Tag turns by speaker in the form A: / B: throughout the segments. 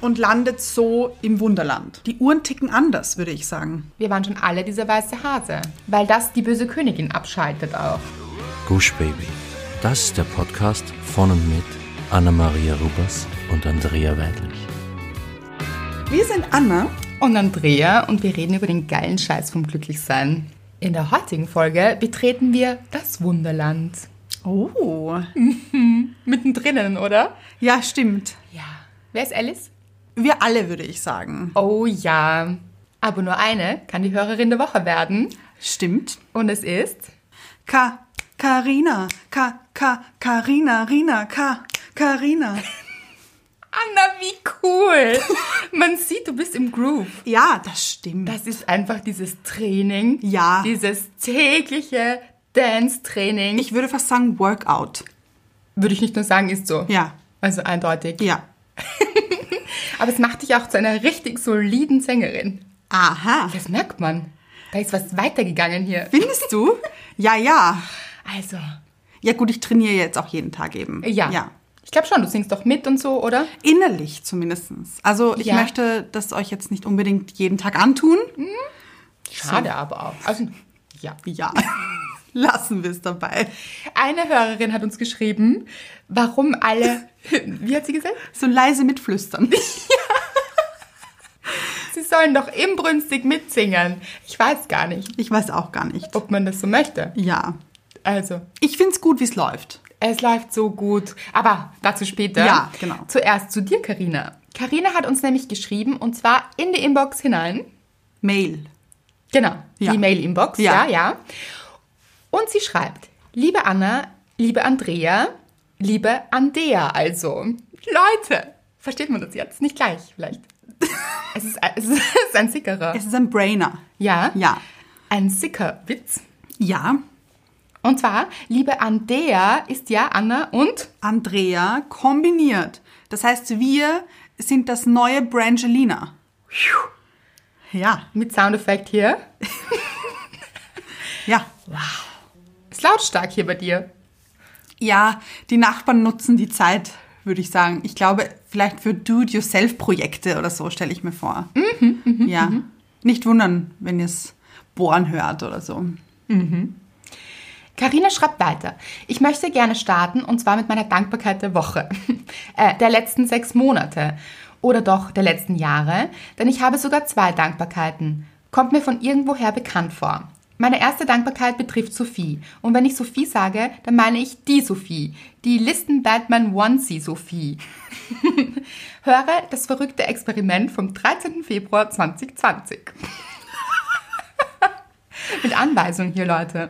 A: und landet so im Wunderland. Die Uhren ticken anders, würde ich sagen.
B: Wir waren schon alle dieser weiße Hase, weil das die böse Königin abschaltet auch.
C: Gush Baby. Das ist der Podcast von und mit Anna-Maria Rubers und Andrea Weidlich.
A: Wir sind Anna.
B: Und Andrea und wir reden über den geilen Scheiß vom Glücklichsein. In der heutigen Folge betreten wir das Wunderland.
A: Oh.
B: Mittendrin, oder?
A: Ja, stimmt.
B: Ja. Wer ist Alice?
A: Wir alle, würde ich sagen.
B: Oh ja. Aber nur eine kann die Hörerin der Woche werden.
A: Stimmt.
B: Und es ist.
A: Ka, Karina. Ka, Ka, Karina, Rina, Ka, Karina.
B: Anna, wie cool! Man sieht, du bist im Groove.
A: Ja, das stimmt.
B: Das ist einfach dieses Training.
A: Ja.
B: Dieses tägliche Dance-Training.
A: ich würde fast sagen Workout.
B: würde ich nicht nur sagen, ist so.
A: Ja.
B: Also eindeutig.
A: Ja.
B: Aber es macht dich auch zu einer richtig soliden Sängerin.
A: Aha.
B: Das merkt man. Da ist was weitergegangen hier.
A: Findest du? ja, ja.
B: Also,
A: Ja gut, ich trainiere jetzt auch jeden Tag eben.
B: ja.
A: ja.
B: Ich glaube schon, du singst doch mit und so, oder?
A: Innerlich zumindest. Also ich
B: Ja.
A: möchte das euch jetzt nicht unbedingt jeden Tag antun.
B: Schade aber auch. Also, ja.
A: Ja. Lassen wir es dabei.
B: Eine Hörerin hat uns geschrieben, warum alle. Wie hat sie gesagt?
A: So leise mitflüstern.
B: Sie sollen doch inbrünstig mitsingen. Ich weiß gar nicht,
A: Ich weiß auch gar nicht.
B: ob man das so möchte.
A: Ja.
B: Also,
A: Ich find's gut, wie's läuft.
B: Es läuft so gut. Aber dazu später.
A: Ja, genau.
B: Zuerst zu dir, Karina. Karina hat uns nämlich geschrieben und zwar in die Inbox hinein.
A: Mail.
B: Genau,
A: Ja.
B: die Mail-Inbox.
A: Ja.
B: Ja. ja, Und sie schreibt: Liebe Anna, liebe Andrea, liebe Andea, also. Leute, versteht man das jetzt? Nicht gleich, vielleicht. es, ist, es ist ein Sickerer.
A: Es ist ein Brainer.
B: Ja.
A: Ja.
B: Ein Sickerwitz.
A: Ja.
B: Und zwar, liebe Andrea ist ja Anna und
A: Andrea kombiniert. Das heißt, wir sind das neue Brangelina. Ja.
B: mit Soundeffekt hier.
A: Ja.
B: Ist lautstark hier bei dir.
A: Ja, die Nachbarn nutzen die Zeit, würde ich sagen. Ich glaube, vielleicht für Do-it-yourself-Projekte oder so, stelle ich mir vor. ja. Nicht wundern, wenn ihr es bohren hört oder so.
B: Karina schreibt weiter. Ich möchte gerne starten und zwar mit meiner Dankbarkeit der Woche, äh, der letzten sechs Monate oder doch der letzten Jahre, denn ich habe sogar zwei Dankbarkeiten. Kommt mir von irgendwoher bekannt vor. Meine erste Dankbarkeit betrifft Sophie. Und wenn ich Sophie sage, dann meine ich die Sophie, die Listen Batman Onesie Sophie. Höre das verrückte Experiment vom 13. Februar 2020. Mit Anweisung hier, Leute.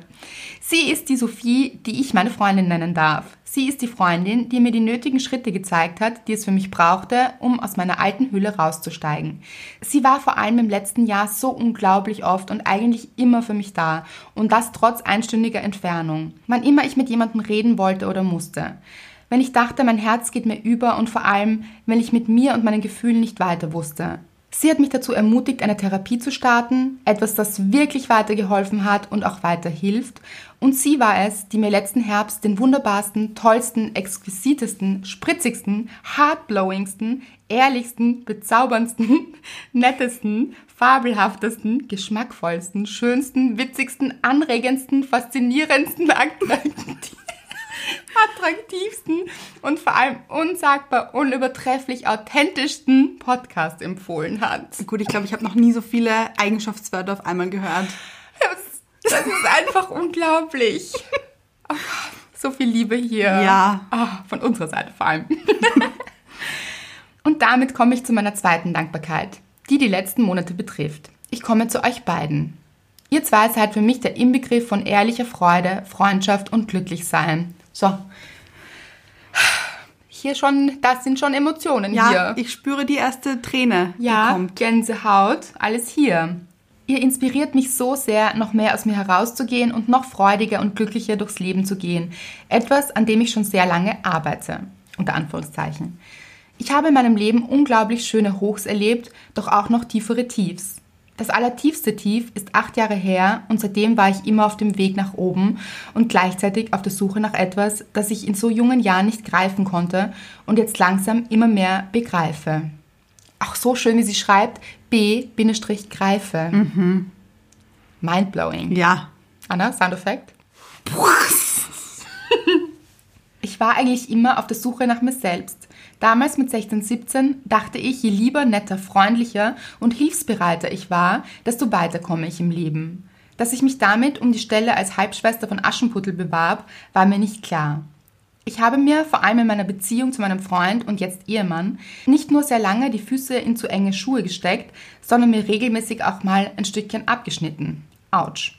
B: Sie ist die Sophie, die ich meine Freundin nennen darf. Sie ist die Freundin, die mir die nötigen Schritte gezeigt hat, die es für mich brauchte, um aus meiner alten Hülle rauszusteigen. Sie war vor allem im letzten Jahr so unglaublich oft und eigentlich immer für mich da. Und das trotz einstündiger Entfernung. Wann immer ich mit jemandem reden wollte oder musste. Wenn ich dachte, mein Herz geht mir über und vor allem, wenn ich mit mir und meinen Gefühlen nicht weiter wusste. Sie hat mich dazu ermutigt, eine Therapie zu starten, etwas, das wirklich weitergeholfen hat und auch weiterhilft. Und sie war es, die mir letzten Herbst den wunderbarsten, tollsten, exquisitesten, spritzigsten, heartblowingsten, ehrlichsten, bezauberndsten, nettesten, fabelhaftesten, geschmackvollsten, schönsten, witzigsten, anregendsten, faszinierendsten, attraktiv- attraktivsten und vor allem unsagbar unübertrefflich authentischsten Podcast empfohlen hat.
A: Gut, ich glaube, ich habe noch nie so viele Eigenschaftswörter auf einmal gehört.
B: Das ist einfach unglaublich. Oh, So viel Liebe hier.
A: Ja.
B: Ah, von unserer Seite vor allem. Und damit komme ich zu meiner zweiten Dankbarkeit, die die letzten Monate betrifft. Ich komme zu euch beiden. Ihr zwei seid für mich der Inbegriff von ehrlicher Freude, Freundschaft und Glücklichsein. So. Hier schon, das sind schon Emotionen
A: Ja,
B: hier.
A: ich spüre die erste Träne, die
B: Ja,
A: kommt.
B: Gänsehaut, alles hier. Ihr inspiriert mich so sehr, noch mehr aus mir herauszugehen und noch freudiger und glücklicher durchs Leben zu gehen. Etwas, an dem ich schon sehr lange arbeite. Unter Anführungszeichen. Ich habe in meinem Leben unglaublich schöne Hochs erlebt, doch auch noch tiefere Tiefs. Das allertiefste Tief ist acht Jahre her und seitdem war ich immer auf dem Weg nach oben und gleichzeitig auf der Suche nach etwas, das ich in so jungen Jahren nicht greifen konnte und jetzt langsam immer mehr begreife. auch so schön, wie sie schreibt, B-Greife. Mhm. Mindblowing.
A: Ja.
B: Anna, Soundeffekt? Ich war eigentlich immer auf der Suche nach mir selbst. Damals mit 16, 17 dachte ich, je lieber, netter, freundlicher und hilfsbereiter ich war, desto weiter komme ich im Leben. Dass ich mich damit um die Stelle als Halbschwester von Aschenputtel bewarb, war mir nicht klar. Ich habe mir, vor allem in meiner Beziehung zu meinem Freund und jetzt Ehemann, nicht nur sehr lange die Füße in zu enge Schuhe gesteckt, sondern mir regelmäßig auch mal ein Stückchen abgeschnitten. Autsch.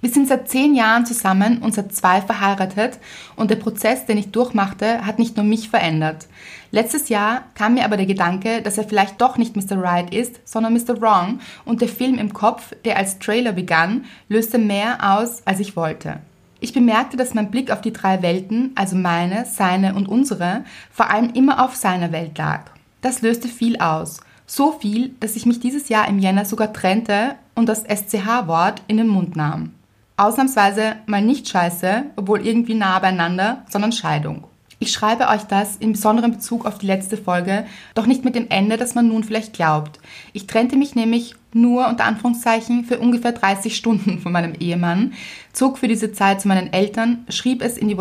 B: Wir sind seit zehn Jahren zusammen und seit zwei verheiratet und der Prozess, den ich durchmachte, hat nicht nur mich verändert. Letztes Jahr kam mir aber der Gedanke, dass er vielleicht doch nicht Mr. Right ist, sondern Mr. Wrong und der Film im Kopf, der als Trailer begann, löste mehr aus, als ich wollte. Ich bemerkte, dass mein Blick auf die drei Welten, also meine, seine und unsere, vor allem immer auf seiner Welt lag. Das löste viel aus. So viel, dass ich mich dieses Jahr im Jänner sogar trennte und das SCH-Wort in den Mund nahm. Ausnahmsweise mal nicht Scheiße, obwohl irgendwie nah beieinander, sondern Scheidung. Ich schreibe euch das in besonderem Bezug auf die letzte Folge, doch nicht mit dem Ende, das man nun vielleicht glaubt. Ich trennte mich nämlich nur unter Anführungszeichen für ungefähr 30 Stunden von meinem Ehemann, zog für diese Zeit zu meinen Eltern, schrieb es in die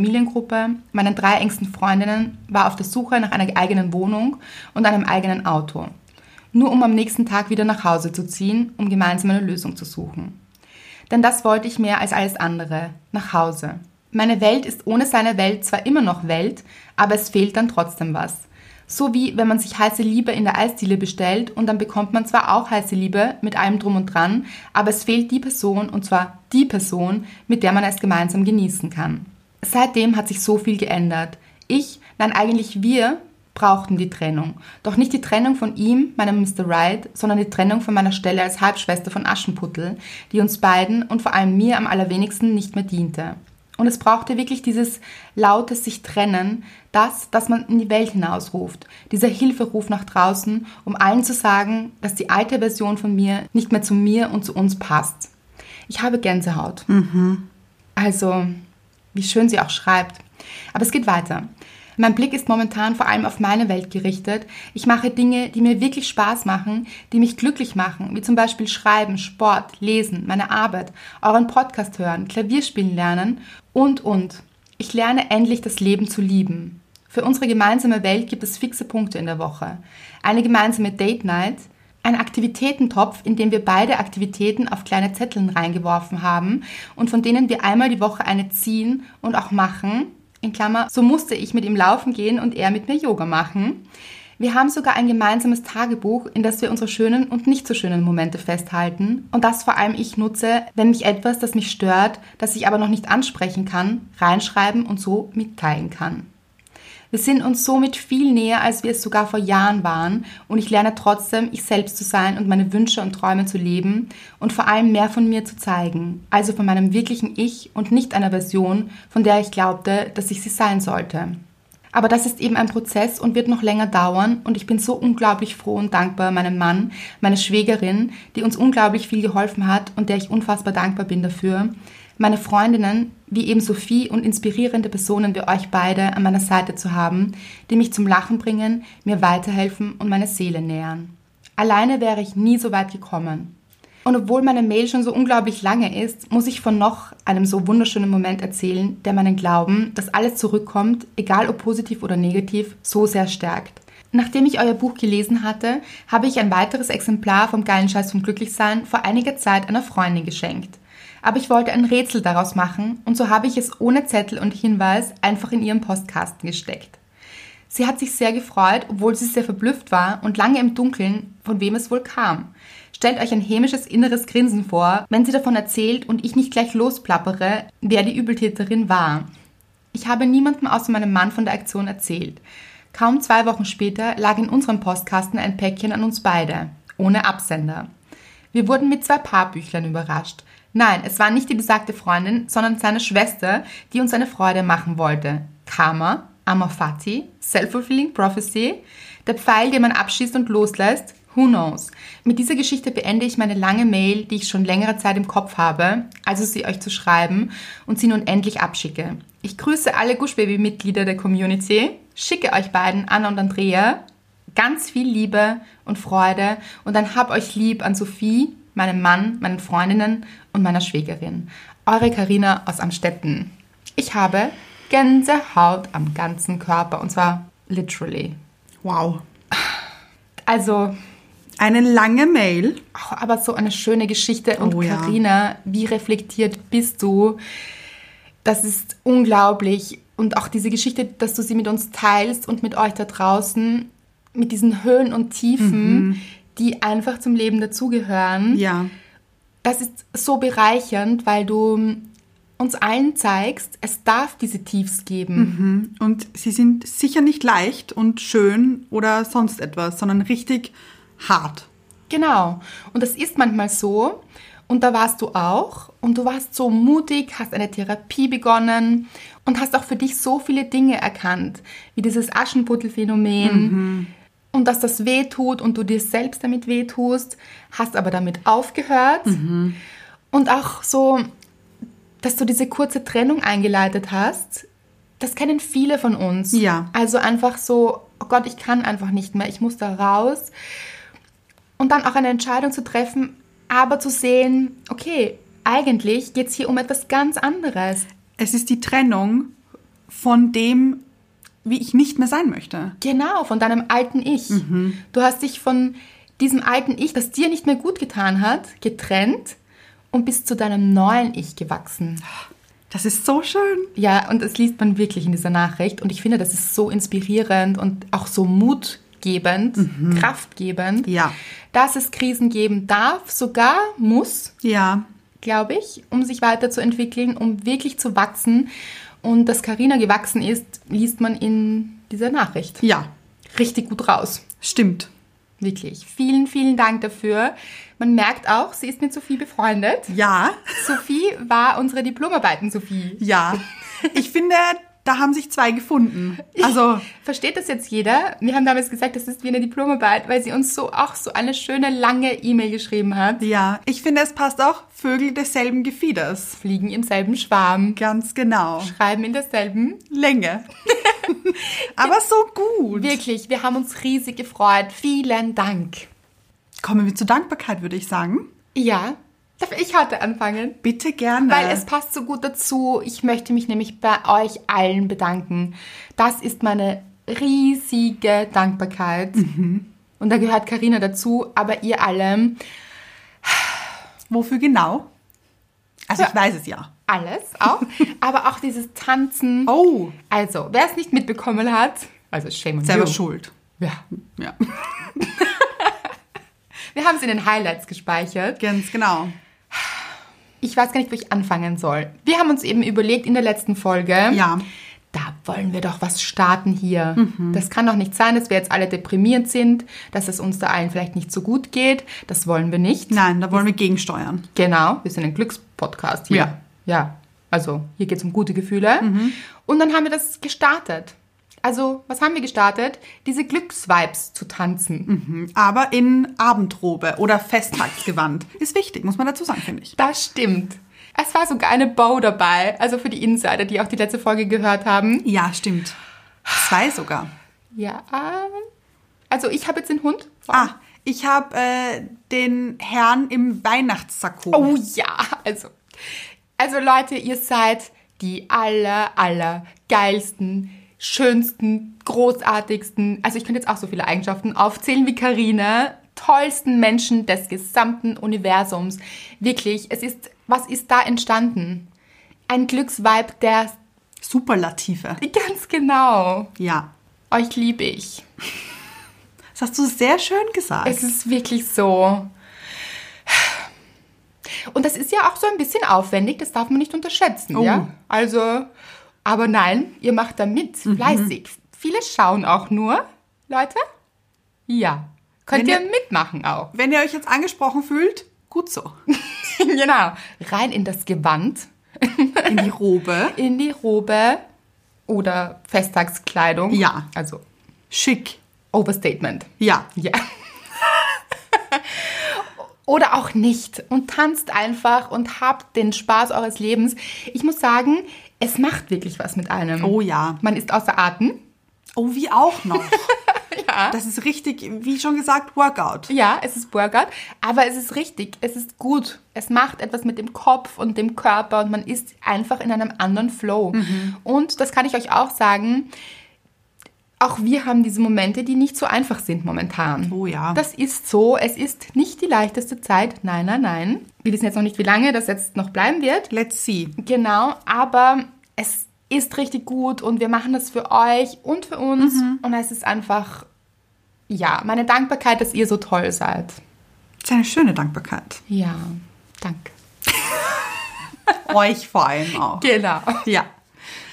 B: WhatsApp-Familiengruppe, meinen drei engsten Freundinnen, war auf der Suche nach einer eigenen Wohnung und einem eigenen Auto. Nur um am nächsten Tag wieder nach Hause zu ziehen, um gemeinsam eine Lösung zu suchen. Denn das wollte ich mehr als alles andere, nach Hause. Meine Welt ist ohne seine Welt zwar immer noch Welt, aber es fehlt dann trotzdem was. So wie wenn man sich heiße Liebe in der Eisdiele bestellt und dann bekommt man zwar auch heiße Liebe mit allem drum und dran, aber es fehlt die Person und zwar die Person, mit der man es gemeinsam genießen kann. Seitdem hat sich so viel geändert. Ich, nein eigentlich wir, brauchten die Trennung. Doch nicht die Trennung von ihm, meinem Mr. Right, sondern die Trennung von meiner Stelle als Halbschwester von Aschenputtel, die uns beiden und vor allem mir am allerwenigsten nicht mehr diente. Und es brauchte wirklich dieses laute sich trennen, das, das man in die Welt hinausruft, dieser Hilferuf nach draußen, um allen zu sagen, dass die alte Version von mir nicht mehr zu mir und zu uns passt. Ich habe Gänsehaut. Also, wie schön sie auch schreibt. Aber es geht weiter. Mein Blick ist momentan vor allem auf meine Welt gerichtet. Ich mache Dinge, die mir wirklich Spaß machen, die mich glücklich machen, wie zum Beispiel Schreiben, Sport, Lesen, meine Arbeit, euren Podcast hören, Klavierspielen lernen und, und. Ich lerne endlich das Leben zu lieben. Für unsere gemeinsame Welt gibt es fixe Punkte in der Woche. Eine gemeinsame Date Night, ein Aktivitätentopf, in dem wir beide Aktivitäten auf kleine Zetteln reingeworfen haben und von denen wir einmal die Woche eine ziehen und auch machen. In Klammer, so musste ich mit ihm laufen gehen und er mit mir Yoga machen. Wir haben sogar ein gemeinsames Tagebuch, in das wir unsere schönen und nicht so schönen Momente festhalten und das vor allem ich nutze, wenn mich etwas, das mich stört, das ich aber noch nicht ansprechen kann, reinschreiben und so mitteilen kann. Wir sind uns somit viel näher, als wir es sogar vor Jahren waren und ich lerne trotzdem, ich selbst zu sein und meine Wünsche und Träume zu leben und vor allem mehr von mir zu zeigen, also von meinem wirklichen Ich und nicht einer Version, von der ich glaubte, dass ich sie sein sollte. Aber das ist eben ein Prozess und wird noch länger dauern und ich bin so unglaublich froh und dankbar meinem Mann, meiner Schwägerin, die uns unglaublich viel geholfen hat und der ich unfassbar dankbar bin dafür, meine Freundinnen, wie eben Sophie und inspirierende Personen wie euch beide an meiner Seite zu haben, die mich zum Lachen bringen, mir weiterhelfen und meine Seele nähern. Alleine wäre ich nie so weit gekommen. Und obwohl meine Mail schon so unglaublich lange ist, muss ich von noch einem so wunderschönen Moment erzählen, der meinen Glauben, dass alles zurückkommt, egal ob positiv oder negativ, so sehr stärkt. Nachdem ich euer Buch gelesen hatte, habe ich ein weiteres Exemplar vom geilen Scheiß vom Glücklichsein vor einiger Zeit einer Freundin geschenkt. Aber ich wollte ein Rätsel daraus machen und so habe ich es ohne Zettel und Hinweis einfach in ihren Postkasten gesteckt. Sie hat sich sehr gefreut, obwohl sie sehr verblüfft war und lange im Dunkeln, von wem es wohl kam. Stellt euch ein hämisches inneres Grinsen vor, wenn sie davon erzählt und ich nicht gleich losplappere, wer die Übeltäterin war. Ich habe niemandem außer meinem Mann von der Aktion erzählt. Kaum zwei Wochen später lag in unserem Postkasten ein Päckchen an uns beide, ohne Absender. Wir wurden mit zwei Paarbüchlern überrascht. Nein, es war nicht die besagte Freundin, sondern seine Schwester, die uns eine Freude machen wollte. Karma, Amor Fati, Self-Fulfilling Prophecy, der Pfeil, den man abschießt und loslässt, who knows. Mit dieser Geschichte beende ich meine lange Mail, die ich schon längere Zeit im Kopf habe, also sie euch zu schreiben und sie nun endlich abschicke. Ich grüße alle Gushbaby-Mitglieder der Community, schicke euch beiden, Anna und Andrea, ganz viel Liebe und Freude und dann habt euch lieb an Sophie, meinem Mann, meinen Freundinnen und meiner Schwägerin. Eure Karina aus Amstetten. Ich habe Gänsehaut am ganzen Körper und zwar literally.
A: Wow.
B: Also,
A: Eine lange Mail.
B: ach, aber so eine schöne Geschichte und
A: Oh ja.
B: Karina, wie reflektiert bist du? Das ist unglaublich und auch diese Geschichte, dass du sie mit uns teilst und mit euch da draußen mit diesen Höhen und Tiefen, die einfach zum Leben dazugehören.
A: Mhm. Ja.
B: Das ist so bereichernd, weil du uns allen zeigst, es darf diese Tiefs
A: Mhm.
B: geben.
A: Und sie sind sicher nicht leicht und schön oder sonst etwas, sondern richtig hart.
B: Genau. Und das ist manchmal so. Und da warst du auch. Und du warst so mutig, hast eine Therapie begonnen und hast auch für dich so viele Dinge erkannt, wie dieses Aschenputtelphänomen. Und dass das weh tut und du dir selbst damit weh tust, hast aber damit aufgehört. Und auch so, dass du diese kurze Trennung eingeleitet hast, das kennen viele von uns.
A: Ja.
B: Also einfach so, oh Gott, ich kann einfach nicht mehr, ich muss da raus und dann auch eine Entscheidung zu treffen, aber zu sehen, okay, eigentlich geht es hier um etwas ganz anderes.
A: Es ist die Trennung von dem, wie ich nicht mehr sein möchte.
B: Genau, von deinem alten Ich. Du hast dich von diesem alten Ich, das dir nicht mehr gut getan hat, getrennt und bist zu deinem neuen Ich gewachsen.
A: Das ist so schön.
B: Ja, und das liest man wirklich in dieser Nachricht und ich finde, das ist so inspirierend und auch so mutgebend, kraftgebend,
A: Ja.
B: dass es Krisen geben darf, sogar muss,
A: Ja.
B: glaube ich, um sich weiterzuentwickeln, um wirklich zu wachsen. Und dass Karina gewachsen ist, liest man in dieser Nachricht.
A: Ja.
B: Richtig gut raus.
A: Stimmt.
B: Wirklich. Vielen, vielen Dank dafür. Man merkt auch, sie ist mit Sophie befreundet.
A: Ja.
B: Sophie war unsere Diplomarbeiten, Sophie.
A: Ja. Ich finde, da haben sich zwei gefunden. Also,
B: Versteht das jetzt jeder? Wir haben damals gesagt, das ist wie eine Diplomarbeit, weil sie uns so auch so eine schöne lange E-Mail geschrieben hat.
A: ja. Ich finde, es passt auch Vögel desselben Gefieders.
B: Fliegen im selben Schwarm,
A: Ganz genau.
B: schreiben in derselben
A: Länge. Aber so gut.
B: Wirklich, wir haben uns riesig gefreut. Vielen Dank.
A: Kommen wir zur Dankbarkeit, würde ich sagen.
B: Ja, darf ich heute anfangen?
A: Bitte gerne.
B: Weil es passt so gut dazu. Ich möchte mich nämlich bei euch allen bedanken. Das ist meine riesige Dankbarkeit. Und da gehört Karina dazu, aber ihr allem.
A: Wofür genau? Also ich
B: Ja.
A: weiß es ja.
B: Alles auch. aber auch dieses Tanzen.
A: Oh,
B: Also, wer es nicht mitbekommen hat, also shame on
A: selber
B: you.
A: schuld.
B: Ja.
A: Ja,
B: Wir haben es in den Highlights gespeichert.
A: ganz genau.
B: Ich weiß gar nicht, wo ich anfangen soll. Wir haben uns eben überlegt in der letzten Folge.
A: Ja. Mhm.
B: Da wollen wir doch was starten hier. Das kann doch nicht sein, dass wir jetzt alle deprimiert sind, dass es uns da allen vielleicht nicht so gut geht. Das wollen wir nicht.
A: Nein, da wollen wir gegensteuern.
B: Genau, wir sind ein Glückspodcast hier.
A: Ja. Mhm.
B: Ja. Also, hier geht es um gute Gefühle. Und dann haben wir das gestartet. Also, was haben wir gestartet? Diese Glücksvibes zu tanzen.
A: Mhm. Aber in Abendrobe oder Festtagsgewand. Ist wichtig, muss man dazu sagen, finde ich.
B: Das stimmt. Es war sogar eine Bow dabei. Also für die Insider, die auch die letzte Folge gehört haben.
A: Ja, stimmt. Zwei sogar.
B: Ja. Also ich habe jetzt den Hund.
A: Ah, ich habe äh, den Herrn im Weihnachtssakko.
B: Oh ja. Also, also Leute, ihr seid die aller, aller geilsten, schönsten, großartigsten. Also ich könnte jetzt auch so viele Eigenschaften aufzählen wie Karina. Tollsten Menschen des gesamten Universums. Wirklich, es ist, was ist da entstanden? Ein Glücksvibe, der
A: Superlative.
B: ganz genau
A: Ja,
B: Euch liebe ich.
A: das hast du sehr schön gesagt.
B: Es ist wirklich so. Und das ist ja auch so ein bisschen aufwendig, das darf man nicht unterschätzen,
A: Oh.
B: ja? Also, aber nein, ihr macht da mit,
A: Mhm.
B: fleißig. Viele schauen auch nur, Leute. Ja. Könnt
A: Wenn
B: ihr mitmachen auch.
A: Wenn ihr euch jetzt angesprochen fühlt, gut so.
B: genau. Rein in das Gewand,
A: In die Robe.
B: in die Robe oder Festtagskleidung.
A: Ja.
B: Also,
A: Schick.
B: Overstatement.
A: Ja,
B: Ja. Oder auch nicht. Und tanzt einfach und habt den Spaß eures Lebens. Ich muss sagen, es macht wirklich was mit einem.
A: Oh ja.
B: Man ist außer Atem.
A: Oh, wie auch noch.
B: Ja.
A: Das ist richtig, wie schon gesagt, Workout.
B: Ja, es ist Workout, aber es ist richtig, es ist gut. Es macht etwas mit dem Kopf und dem Körper und man ist einfach in einem anderen Flow.
A: Mhm.
B: Und das kann ich euch auch sagen, auch wir haben diese Momente, die nicht so einfach sind momentan.
A: Oh ja.
B: Das ist so, es ist nicht die leichteste Zeit. Nein, nein, nein. Wir wissen jetzt noch nicht, wie lange das jetzt noch bleiben wird.
A: Let's see.
B: Genau, aber es ist richtig gut und wir machen das für euch und für uns.
A: Mhm.
B: Und es ist einfach, ja, meine Dankbarkeit, dass ihr so toll seid.
A: Das ist eine schöne Dankbarkeit.
B: Ja, danke.
A: Euch vor allem auch.
B: Genau.
A: Ja.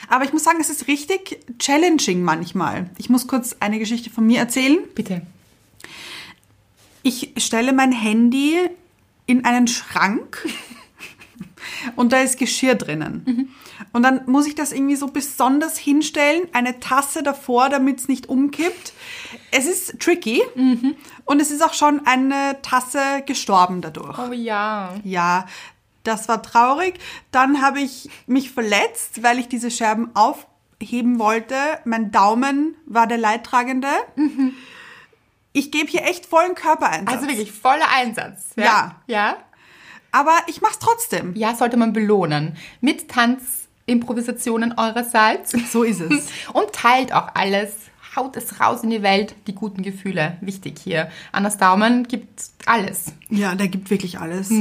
A: Aber ich muss sagen, es ist richtig challenging manchmal. Ich muss kurz eine Geschichte von mir erzählen.
B: Bitte.
A: Ich stelle mein Handy in einen Schrank und da ist Geschirr drinnen. Und dann muss ich das irgendwie so besonders hinstellen, eine Tasse davor, damit es nicht umkippt. Es ist tricky und es ist auch schon eine Tasse gestorben dadurch.
B: Oh ja.
A: Ja, das war traurig. Dann habe ich mich verletzt, weil ich diese Scherben aufheben wollte. Mein Daumen war der Leidtragende. Ich gebe hier echt vollen Körpereinsatz.
B: Also wirklich voller Einsatz.
A: Ja.
B: Ja.
A: Aber ich mach's trotzdem.
B: Ja, sollte man belohnen. Mit Tanzimprovisationen eurerseits.
A: So ist es.
B: Und teilt auch alles. Haut es raus in die Welt, die guten Gefühle. Wichtig hier. Annas Daumen gibt alles.
A: Ja, der gibt wirklich alles.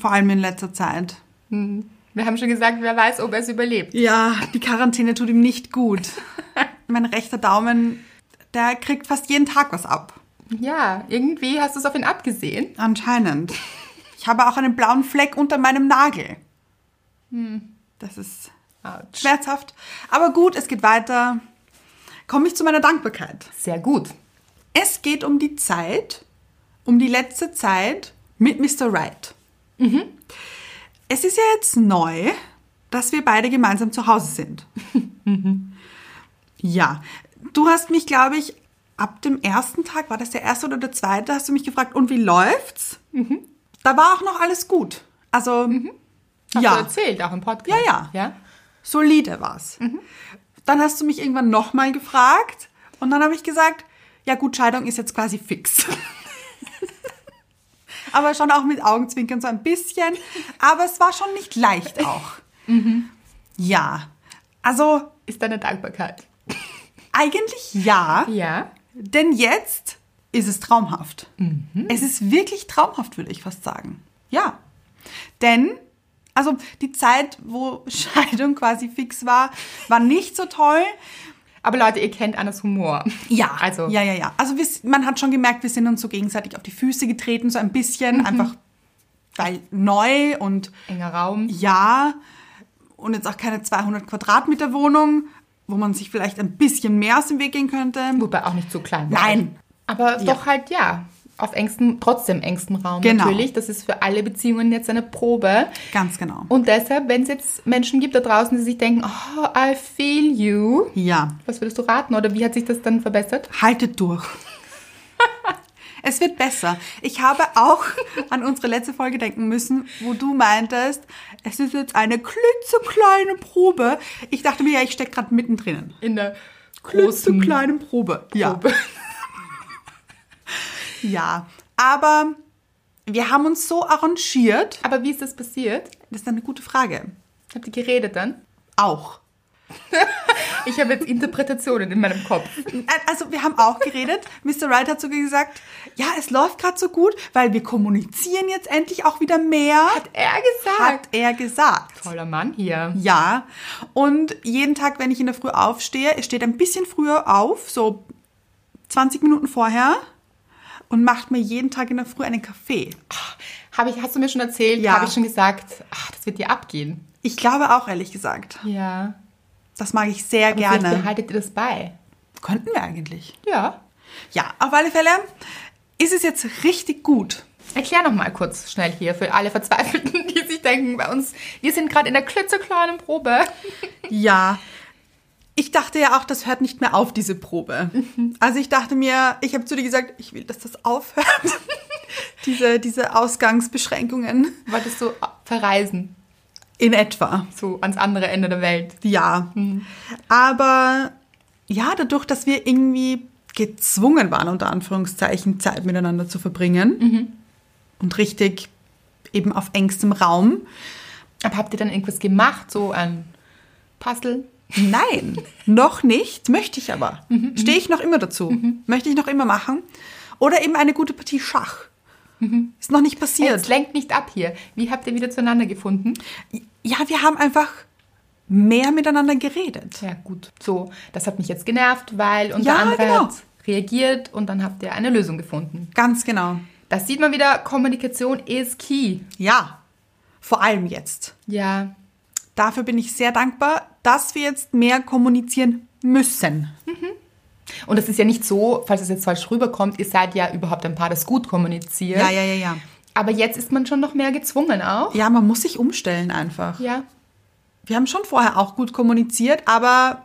A: Vor allem in letzter Zeit.
B: Wir haben schon gesagt, wer weiß, ob er es überlebt.
A: Ja, die Quarantäne tut ihm nicht gut. mein rechter Daumen, der kriegt fast jeden Tag was ab.
B: Ja, irgendwie hast du es auf ihn abgesehen.
A: Anscheinend. Ich habe auch einen blauen Fleck unter meinem Nagel. Das ist
B: Autsch.
A: schmerzhaft. Aber gut, es geht weiter. Komme ich zu meiner Dankbarkeit.
B: Sehr gut.
A: Es geht um die Zeit, um die letzte Zeit mit Mr. Right.
B: Mhm.
A: Es ist ja jetzt neu, dass wir beide gemeinsam zu Hause sind. Ja, du hast mich, glaube ich, ab dem ersten Tag, war das der erste oder der zweite, hast du mich gefragt, und wie läuft's?
B: Mhm.
A: Da war auch noch alles gut. Also,
B: Hast
A: ja.
B: du erzählt, auch im Podcast.
A: Ja, ja.
B: ja?
A: solide war's. Dann hast du mich irgendwann nochmal gefragt und dann habe ich gesagt, ja gut, Scheidung ist jetzt quasi fix. Aber schon auch mit Augenzwinkern so ein bisschen. Aber es war schon nicht leicht auch. Ja, also
B: Ist deine Dankbarkeit.
A: eigentlich ja,
B: Ja.
A: denn jetzt ist es traumhaft. Es ist wirklich traumhaft, würde ich fast sagen. Ja, denn also die Zeit, wo Scheidung quasi fix war, war nicht so toll.
B: Aber Leute, ihr kennt Annas Humor.
A: Ja,
B: Also,
A: ja, ja, ja. Also wir, man hat schon gemerkt, wir sind uns so gegenseitig auf die Füße getreten, so ein bisschen, einfach weil neu und
B: enger Raum.
A: ja und jetzt auch keine 200 Quadratmeter Wohnung, wo man sich vielleicht ein bisschen mehr aus dem Weg gehen könnte.
B: Wobei auch nicht so klein.
A: Nein.
B: Aber doch halt ja. Auf engstem, trotzdem engstem Raum
A: Genau.
B: natürlich. Das ist für alle Beziehungen jetzt eine Probe.
A: Ganz genau.
B: Und deshalb, wenn es jetzt Menschen gibt da draußen, die sich denken, oh, I feel you.
A: Ja,
B: Was würdest du raten? Oder wie hat sich das dann verbessert?
A: haltet durch. es wird besser. Ich habe auch an unsere letzte Folge denken müssen, wo du meintest, es ist jetzt eine klitzekleine Probe. Ich dachte mir, ja, ich stecke gerade mittendrin.
B: In der
A: klitzekleinen Probe. Ja. ja, aber wir haben uns so arrangiert.
B: Aber wie ist das passiert?
A: Das ist eine gute Frage.
B: Habt ihr geredet dann?
A: Auch.
B: Ich habe jetzt Interpretationen in meinem Kopf.
A: Also wir haben auch geredet. Mr. Wright hat sogar gesagt, ja, es läuft gerade so gut, weil wir kommunizieren jetzt endlich auch wieder mehr. Hat
B: Er gesagt.
A: Hat er gesagt.
B: Toller Mann hier.
A: Ja. Und jeden Tag, wenn ich in der Früh aufstehe, er steht ein bisschen früher auf, so 20 Minuten vorher, und macht mir jeden Tag in der Früh einen Kaffee.
B: Hab ich, hast du mir schon erzählt?
A: Ja.
B: Habe ich schon gesagt, ach, das wird dir abgehen.
A: Ich glaube auch, ehrlich gesagt.
B: Ja.
A: Das mag ich sehr
B: Vielleicht
A: gerne.
B: behaltet ihr das bei.
A: Könnten wir eigentlich.
B: Ja.
A: Ja, auf alle Fälle ist es jetzt richtig gut.
B: Erklär noch mal kurz schnell hier für alle Verzweifelten, die sich denken, bei uns, wir sind gerade in der klitzekleinen Probe.
A: Ja. Ich dachte ja auch, das hört nicht mehr auf, diese Probe. Also ich dachte mir, ich habe zu dir gesagt, ich will, dass das aufhört. diese, diese Ausgangsbeschränkungen.
B: Wolltest du verreisen,
A: In etwa.
B: so ans andere Ende der Welt?
A: Ja. Aber ja, dadurch, dass wir irgendwie gezwungen waren, unter Anführungszeichen, Zeit miteinander zu verbringen.
B: Mhm.
A: Und richtig eben auf engstem Raum.
B: Aber habt ihr dann irgendwas gemacht? So ein Puzzle?
A: Nein, noch nicht, möchte ich aber.
B: Mhm,
A: Stehe ich noch immer dazu. Möchte ich noch immer machen. Oder eben eine gute Partie Schach. Ist noch nicht
B: Mhm. Jetzt
A: passiert.
B: lenkt nicht ab hier. Wie habt ihr wieder zueinander gefunden?
A: Ja, wir haben einfach mehr miteinander geredet.
B: Ja, gut. So, das hat mich jetzt genervt, weil unser
A: Ja,
B: anderer
A: genau.
B: hat reagiert und dann habt ihr eine Lösung gefunden.
A: Ganz genau.
B: Das sieht man wieder, Kommunikation is key.
A: Ja, vor allem jetzt.
B: Ja,
A: Dafür bin ich sehr dankbar, dass wir jetzt mehr kommunizieren müssen.
B: Und das ist ja nicht so, falls es jetzt falsch rüberkommt, ihr seid ja überhaupt ein Paar, das gut kommuniziert.
A: Ja, ja, ja, ja.
B: Aber jetzt ist man schon noch mehr gezwungen auch.
A: Ja, man muss sich umstellen einfach.
B: Ja.
A: Wir haben schon vorher auch gut kommuniziert, aber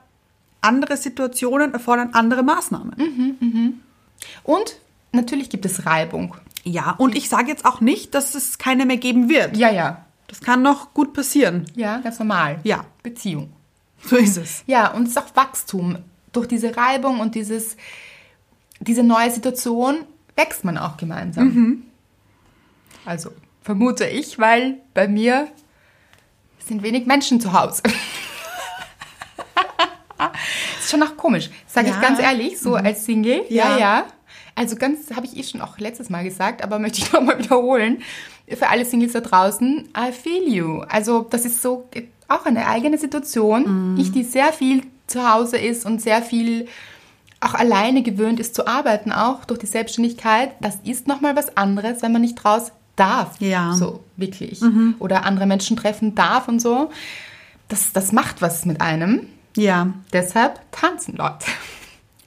A: andere Situationen erfordern andere Maßnahmen.
B: Und natürlich gibt es Reibung.
A: Ja, und ich sage jetzt auch nicht, dass es keine mehr geben wird.
B: Ja, ja.
A: Das kann noch gut passieren.
B: Ja, ganz normal.
A: Ja.
B: Beziehung.
A: So ist es.
B: Ja, und es ist auch Wachstum. Durch diese Reibung und dieses, diese neue Situation wächst man auch gemeinsam. Also vermute ich, weil bei mir sind wenig Menschen zu Hause. ist schon auch komisch, sage
A: Ja.
B: ich ganz ehrlich, so als Single. Ja,
A: Ja.
B: ja. Also ganz, habe ich eh schon auch letztes Mal gesagt, aber möchte ich nochmal wiederholen. Für alle Singles da draußen, I feel you. Also das ist so äh, auch eine eigene Situation. Ich, die sehr viel zu Hause ist und sehr viel auch alleine gewöhnt ist zu arbeiten, auch durch die Selbstständigkeit. Das ist nochmal was anderes, wenn man nicht raus darf.
A: Ja.
B: So, wirklich. Oder andere Menschen treffen darf und so. Das, das macht was mit einem.
A: Ja,
B: Deshalb tanzen, Leute.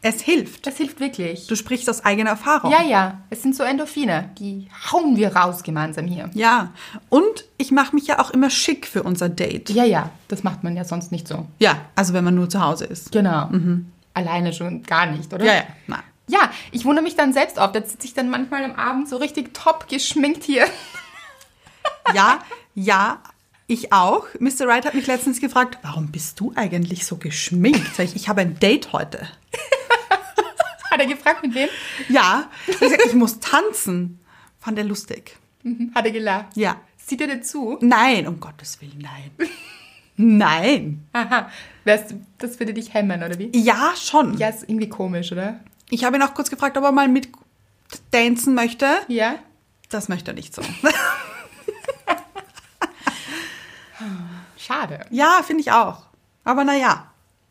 A: es hilft.
B: Das hilft wirklich.
A: Du sprichst aus eigener Erfahrung.
B: Ja, ja, es sind so Endorphine. Die hauen wir raus gemeinsam hier.
A: Ja, und ich mache mich ja auch immer schick für unser Date.
B: Ja, ja, das macht man ja sonst nicht so.
A: Ja, also wenn man nur zu Hause ist.
B: Genau. Alleine schon gar nicht, oder?
A: Mhm. Ja, ja, nein.
B: Ja, ich wundere mich dann selbst oft. Da sitze ich dann manchmal am Abend so richtig top geschminkt hier.
A: Ja, ja, ich auch. Mr. Wright hat mich letztens gefragt, warum bist du eigentlich so geschminkt? Sag ich, ich habe ein Date heute.
B: Hat er gefragt, mit wem?
A: Ja, ich, sag, ich muss tanzen. Fand er lustig.
B: Mhm, Hat er gelacht.
A: Ja.
B: Sieht er dir zu?
A: Nein, um Gottes Willen, nein. Nein.
B: Aha. Wärst, das würde dich hemmen, oder wie?
A: Ja, schon.
B: Ja, ist irgendwie komisch, oder?
A: Ich habe ihn auch kurz gefragt, ob er mal mit dancen möchte.
B: Ja.
A: Das möchte er nicht so.
B: Schade.
A: Ja, finde ich auch. Aber naja,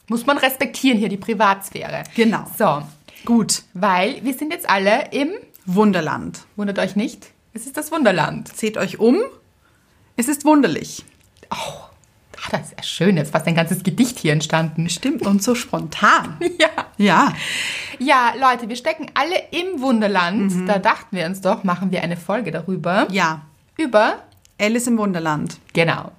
B: Muss man respektieren hier die Privatsphäre.
A: Genau.
B: So,
A: gut.
B: weil wir sind jetzt alle im,
A: Wunderland.
B: wundert euch nicht, es ist das Wunderland.
A: Seht euch um. Es ist wunderlich.
B: Oh, ah, das ist ja schön. Jetzt ist fast ein ganzes Gedicht hier entstanden.
A: Stimmt und so spontan.
B: Ja.
A: Ja,
B: Ja, Leute, wir stecken alle im Wunderland. Da dachten wir uns doch, machen wir eine Folge darüber.
A: Mhm. ja.
B: Über,
A: Alice im Wunderland.
B: genau.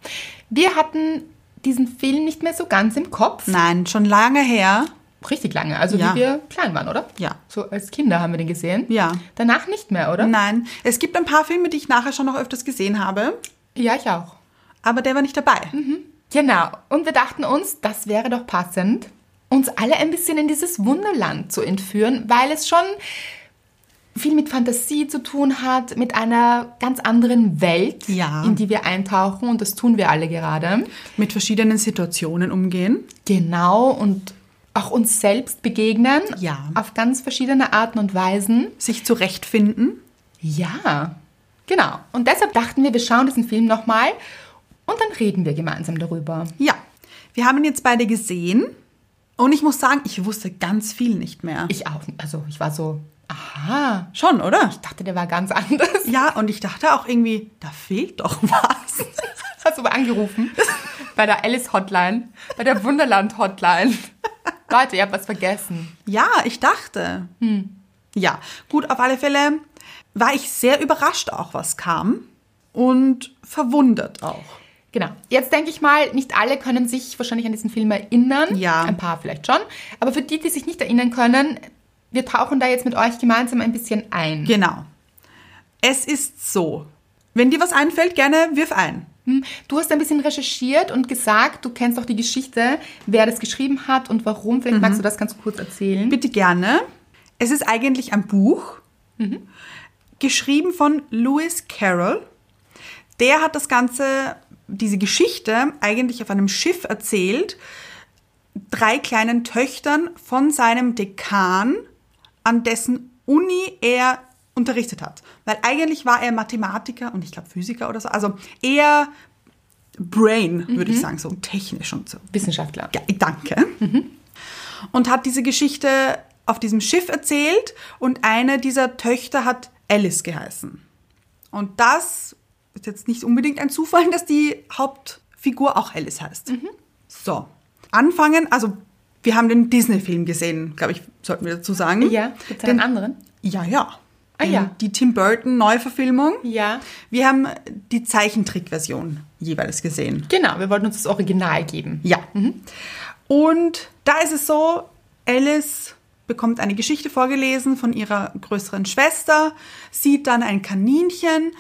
B: Wir hatten diesen Film nicht mehr so ganz im Kopf.
A: Nein, schon lange her.
B: Richtig lange, also
A: Ja.
B: wie wir klein waren, oder?
A: Ja.
B: So als Kinder haben wir den gesehen.
A: Ja.
B: Danach nicht mehr, oder?
A: Nein, es gibt ein paar Filme, die ich nachher schon noch öfters gesehen habe,
B: Ja, ich auch.
A: aber der war nicht dabei.
B: Genau. Und wir dachten uns, das wäre doch passend, uns alle ein bisschen in dieses Wunderland zu entführen, weil es schon viel mit Fantasie zu tun hat, mit einer ganz anderen Welt,
A: Ja.
B: in die wir eintauchen und das tun wir alle gerade.
A: Mit verschiedenen Situationen umgehen.
B: Genau und auch uns selbst begegnen
A: Ja.
B: auf ganz verschiedene Arten und Weisen.
A: Sich zurechtfinden.
B: Ja, genau. Und deshalb dachten wir, wir schauen diesen Film nochmal und dann reden wir gemeinsam darüber.
A: Ja, wir haben ihn jetzt beide gesehen und ich muss sagen, ich wusste ganz viel nicht mehr.
B: Ich auch, also ich war so, aha,
A: schon, oder?
B: Ich dachte, der war ganz anders.
A: Ja, und ich dachte auch irgendwie, da fehlt doch was.
B: Hast du aber angerufen? Bei der Alice Hotline, bei der Wunderland Hotline. Leute, ihr habt was vergessen.
A: Ja, ich dachte. Ja, gut, auf alle Fälle war ich sehr überrascht auch, was kam. Und verwundert auch.
B: Genau. Jetzt denke ich mal, nicht alle können sich wahrscheinlich an diesen Film erinnern.
A: Ja.
B: Ein paar vielleicht schon. Aber für die, die sich nicht erinnern können, wir tauchen da jetzt mit euch gemeinsam ein bisschen ein.
A: Genau. Es ist so. Wenn dir was einfällt, gerne wirf ein.
B: Hm, Du hast ein bisschen recherchiert und gesagt, du kennst auch die
A: Mhm.
B: Mhm. Geschichte, wer das geschrieben hat und warum. Vielleicht magst du das ganz kurz erzählen.
A: Bitte gerne. Es ist eigentlich ein Buch, geschrieben von Lewis Carroll. Der hat das Ganze, diese Geschichte eigentlich auf einem Schiff erzählt, drei kleinen Töchtern von seinem Dekan, an dessen Uni er unterrichtet hat. Weil eigentlich war er Mathematiker und ich glaube Physiker oder so. Also eher Brain, würde ich sagen, so technisch und so.
B: Wissenschaftler.
A: Ja, danke. Mhm. Und hat diese Geschichte auf diesem Schiff erzählt und eine dieser Töchter hat Alice geheißen. Und das ist jetzt nicht unbedingt ein Zufall, dass die Hauptfigur auch Alice heißt.
B: Mhm.
A: So, anfangen, also wir haben den Disney-Film gesehen, glaube ich, sollten wir dazu sagen.
B: Ja, gibt's einen
A: den,
B: anderen?
A: ja, ja.
B: Ah,
A: den,
B: ja.
A: Die Tim Burton-Neuverfilmung.
B: Ja.
A: Wir haben die Zeichentrickversion jeweils gesehen.
B: Genau, wir wollten uns das Original geben.
A: Ja. Und da ist es so, Alice bekommt eine Geschichte vorgelesen von ihrer größeren Schwester, sieht dann ein Kaninchen,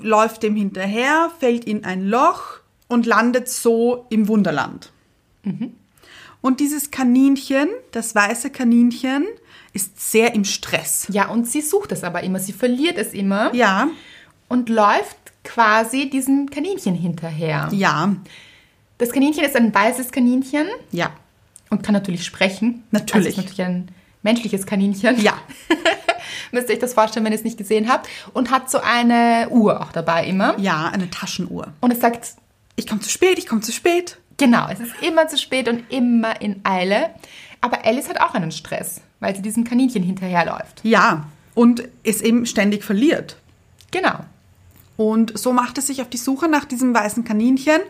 A: läuft dem hinterher, fällt in ein Loch und landet so im Wunderland. Und dieses Kaninchen, das weiße Kaninchen, ist sehr im Stress.
B: Ja, und sie sucht es aber immer, sie verliert es immer
A: Ja,
B: und läuft quasi diesem Kaninchen hinterher.
A: ja,
B: Das Kaninchen ist ein weißes Kaninchen
A: ja,
B: und kann natürlich sprechen.
A: Natürlich.
B: Also es ist natürlich ein menschliches Kaninchen.
A: ja.
B: Müsst ihr euch das vorstellen, wenn ihr es nicht gesehen habt. Und hat so eine Uhr auch dabei immer.
A: Ja, eine Taschenuhr.
B: Und es sagt,
A: Ich komme zu spät, ich komme zu spät.
B: genau, es ist immer zu spät und immer in Eile. Aber Alice hat auch einen Stress, weil sie diesem Kaninchen hinterherläuft.
A: Ja, und es eben ständig verliert.
B: Genau.
A: Und so macht es sich auf die Suche nach diesem weißen Kaninchen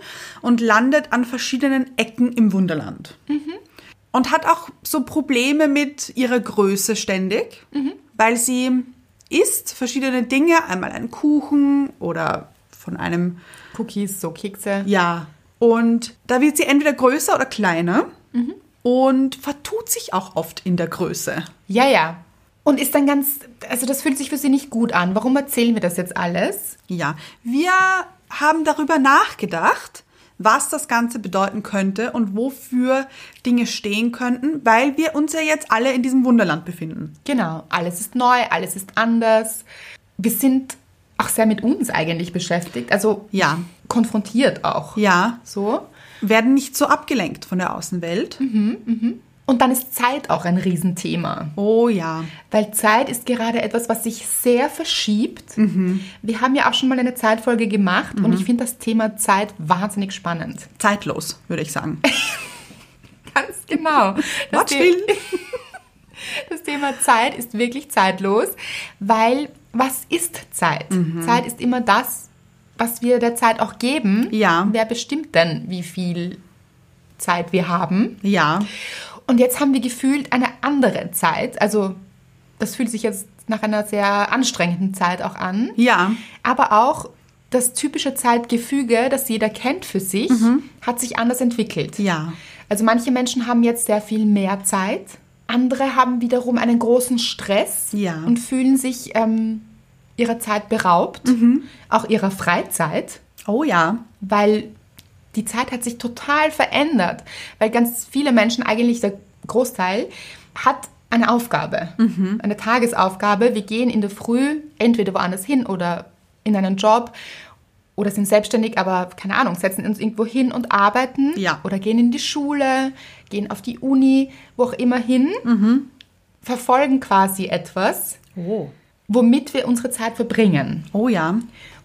A: und landet an verschiedenen Ecken im Wunderland. Und hat auch so Probleme mit ihrer Größe ständig, weil sie isst verschiedene Dinge, einmal einen Kuchen oder von einem,
B: Cookies, so Kekse.
A: ja. Und da wird sie entweder größer oder kleiner und vertut sich auch oft in der Größe.
B: Ja, ja. Und ist dann ganz, also das fühlt sich für sie nicht gut an. Warum erzählen wir das jetzt alles?
A: Ja, wir haben darüber nachgedacht, was das Ganze bedeuten könnte und wofür Dinge stehen könnten, weil wir uns ja jetzt alle in diesem Wunderland befinden.
B: Genau, alles ist neu, alles ist anders. Wir sind auch sehr mit uns eigentlich beschäftigt, also
A: Ja.
B: konfrontiert auch.
A: Ja,
B: So.
A: werden nicht so abgelenkt von der Außenwelt.
B: Und dann ist Zeit auch ein Riesenthema,
A: Oh ja,
B: weil Zeit ist gerade etwas, was sich sehr verschiebt. Wir haben ja auch schon mal eine Zeitfolge gemacht und ich finde das Thema Zeit wahnsinnig spannend.
A: zeitlos, würde ich sagen.
B: Ganz genau. Das,
A: Watch Phil.
B: das Thema Zeit ist wirklich zeitlos, weil was ist Zeit?
A: Mhm.
B: Zeit ist immer das, was wir der Zeit auch geben.
A: Ja.
B: Wer bestimmt denn, wie viel Zeit wir haben?
A: Ja,
B: Und jetzt haben wir gefühlt eine andere Zeit. Also das fühlt sich jetzt nach einer sehr anstrengenden Zeit auch an.
A: ja,
B: Aber auch das typische Zeitgefüge, das jeder kennt für sich, hat sich anders entwickelt.
A: Mhm. ja,
B: Also manche Menschen haben jetzt sehr viel mehr Zeit, andere haben wiederum einen großen Stress
A: Ja.
B: und fühlen sich ähm, ihrer Zeit beraubt, auch ihrer Freizeit,
A: oh ja,
B: weil die Zeit hat sich total verändert, weil ganz viele Menschen, eigentlich der Großteil, hat eine Aufgabe, eine Tagesaufgabe. Wir gehen in der Früh entweder woanders hin oder in einen Job oder sind selbstständig, aber keine Ahnung, setzen uns irgendwo hin und arbeiten
A: Ja.
B: oder gehen in die Schule, gehen auf die Uni, wo auch immer hin, verfolgen quasi etwas, womit wir unsere Zeit verbringen.
A: oh ja,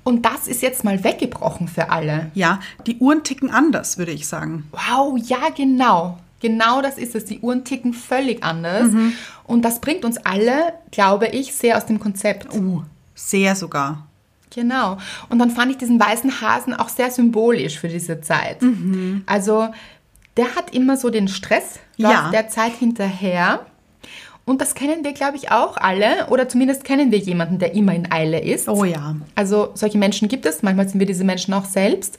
B: Und das ist jetzt mal weggebrochen für alle.
A: ja. Die Uhren ticken anders, würde ich sagen.
B: Wow, ja, genau. Genau das ist es. Die Uhren ticken völlig anders.
A: Mhm.
B: Und das bringt uns alle, glaube ich, sehr aus dem Konzept.
A: Uh, sehr sogar.
B: Genau. Und dann fand ich diesen weißen Hasen auch sehr symbolisch für diese Zeit.
A: Mhm.
B: Also, der hat immer so den Stress, läuft
A: Ja.
B: der Zeit hinterher. Und das kennen wir, glaube ich, auch alle. Oder zumindest kennen wir jemanden, der immer in Eile ist.
A: Oh ja.
B: Also solche Menschen gibt es, manchmal sind wir diese Menschen auch selbst,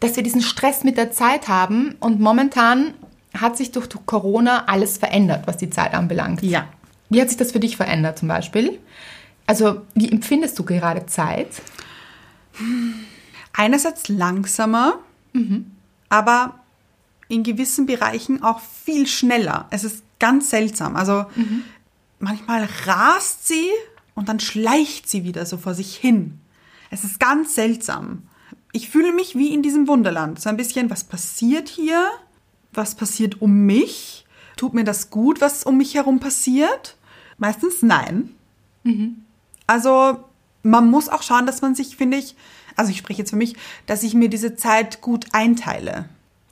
B: dass wir diesen Stress mit der Zeit haben und momentan hat sich durch Corona alles verändert, was die Zeit anbelangt.
A: Ja.
B: Wie hat sich das für dich verändert zum Beispiel? Also wie empfindest du gerade Zeit?
A: einerseits langsamer, aber in gewissen Bereichen auch viel schneller. Es ist ganz seltsam. Also manchmal rast sie und dann schleicht sie wieder so vor sich hin. Es ist ganz seltsam. Ich fühle mich wie in diesem Wunderland. So ein bisschen, was passiert hier? Was passiert um mich? Tut mir das gut, was um mich herum passiert? Meistens nein. Also man muss auch schauen, dass man sich, finde ich, also ich spreche jetzt für mich, dass ich mir diese Zeit gut einteile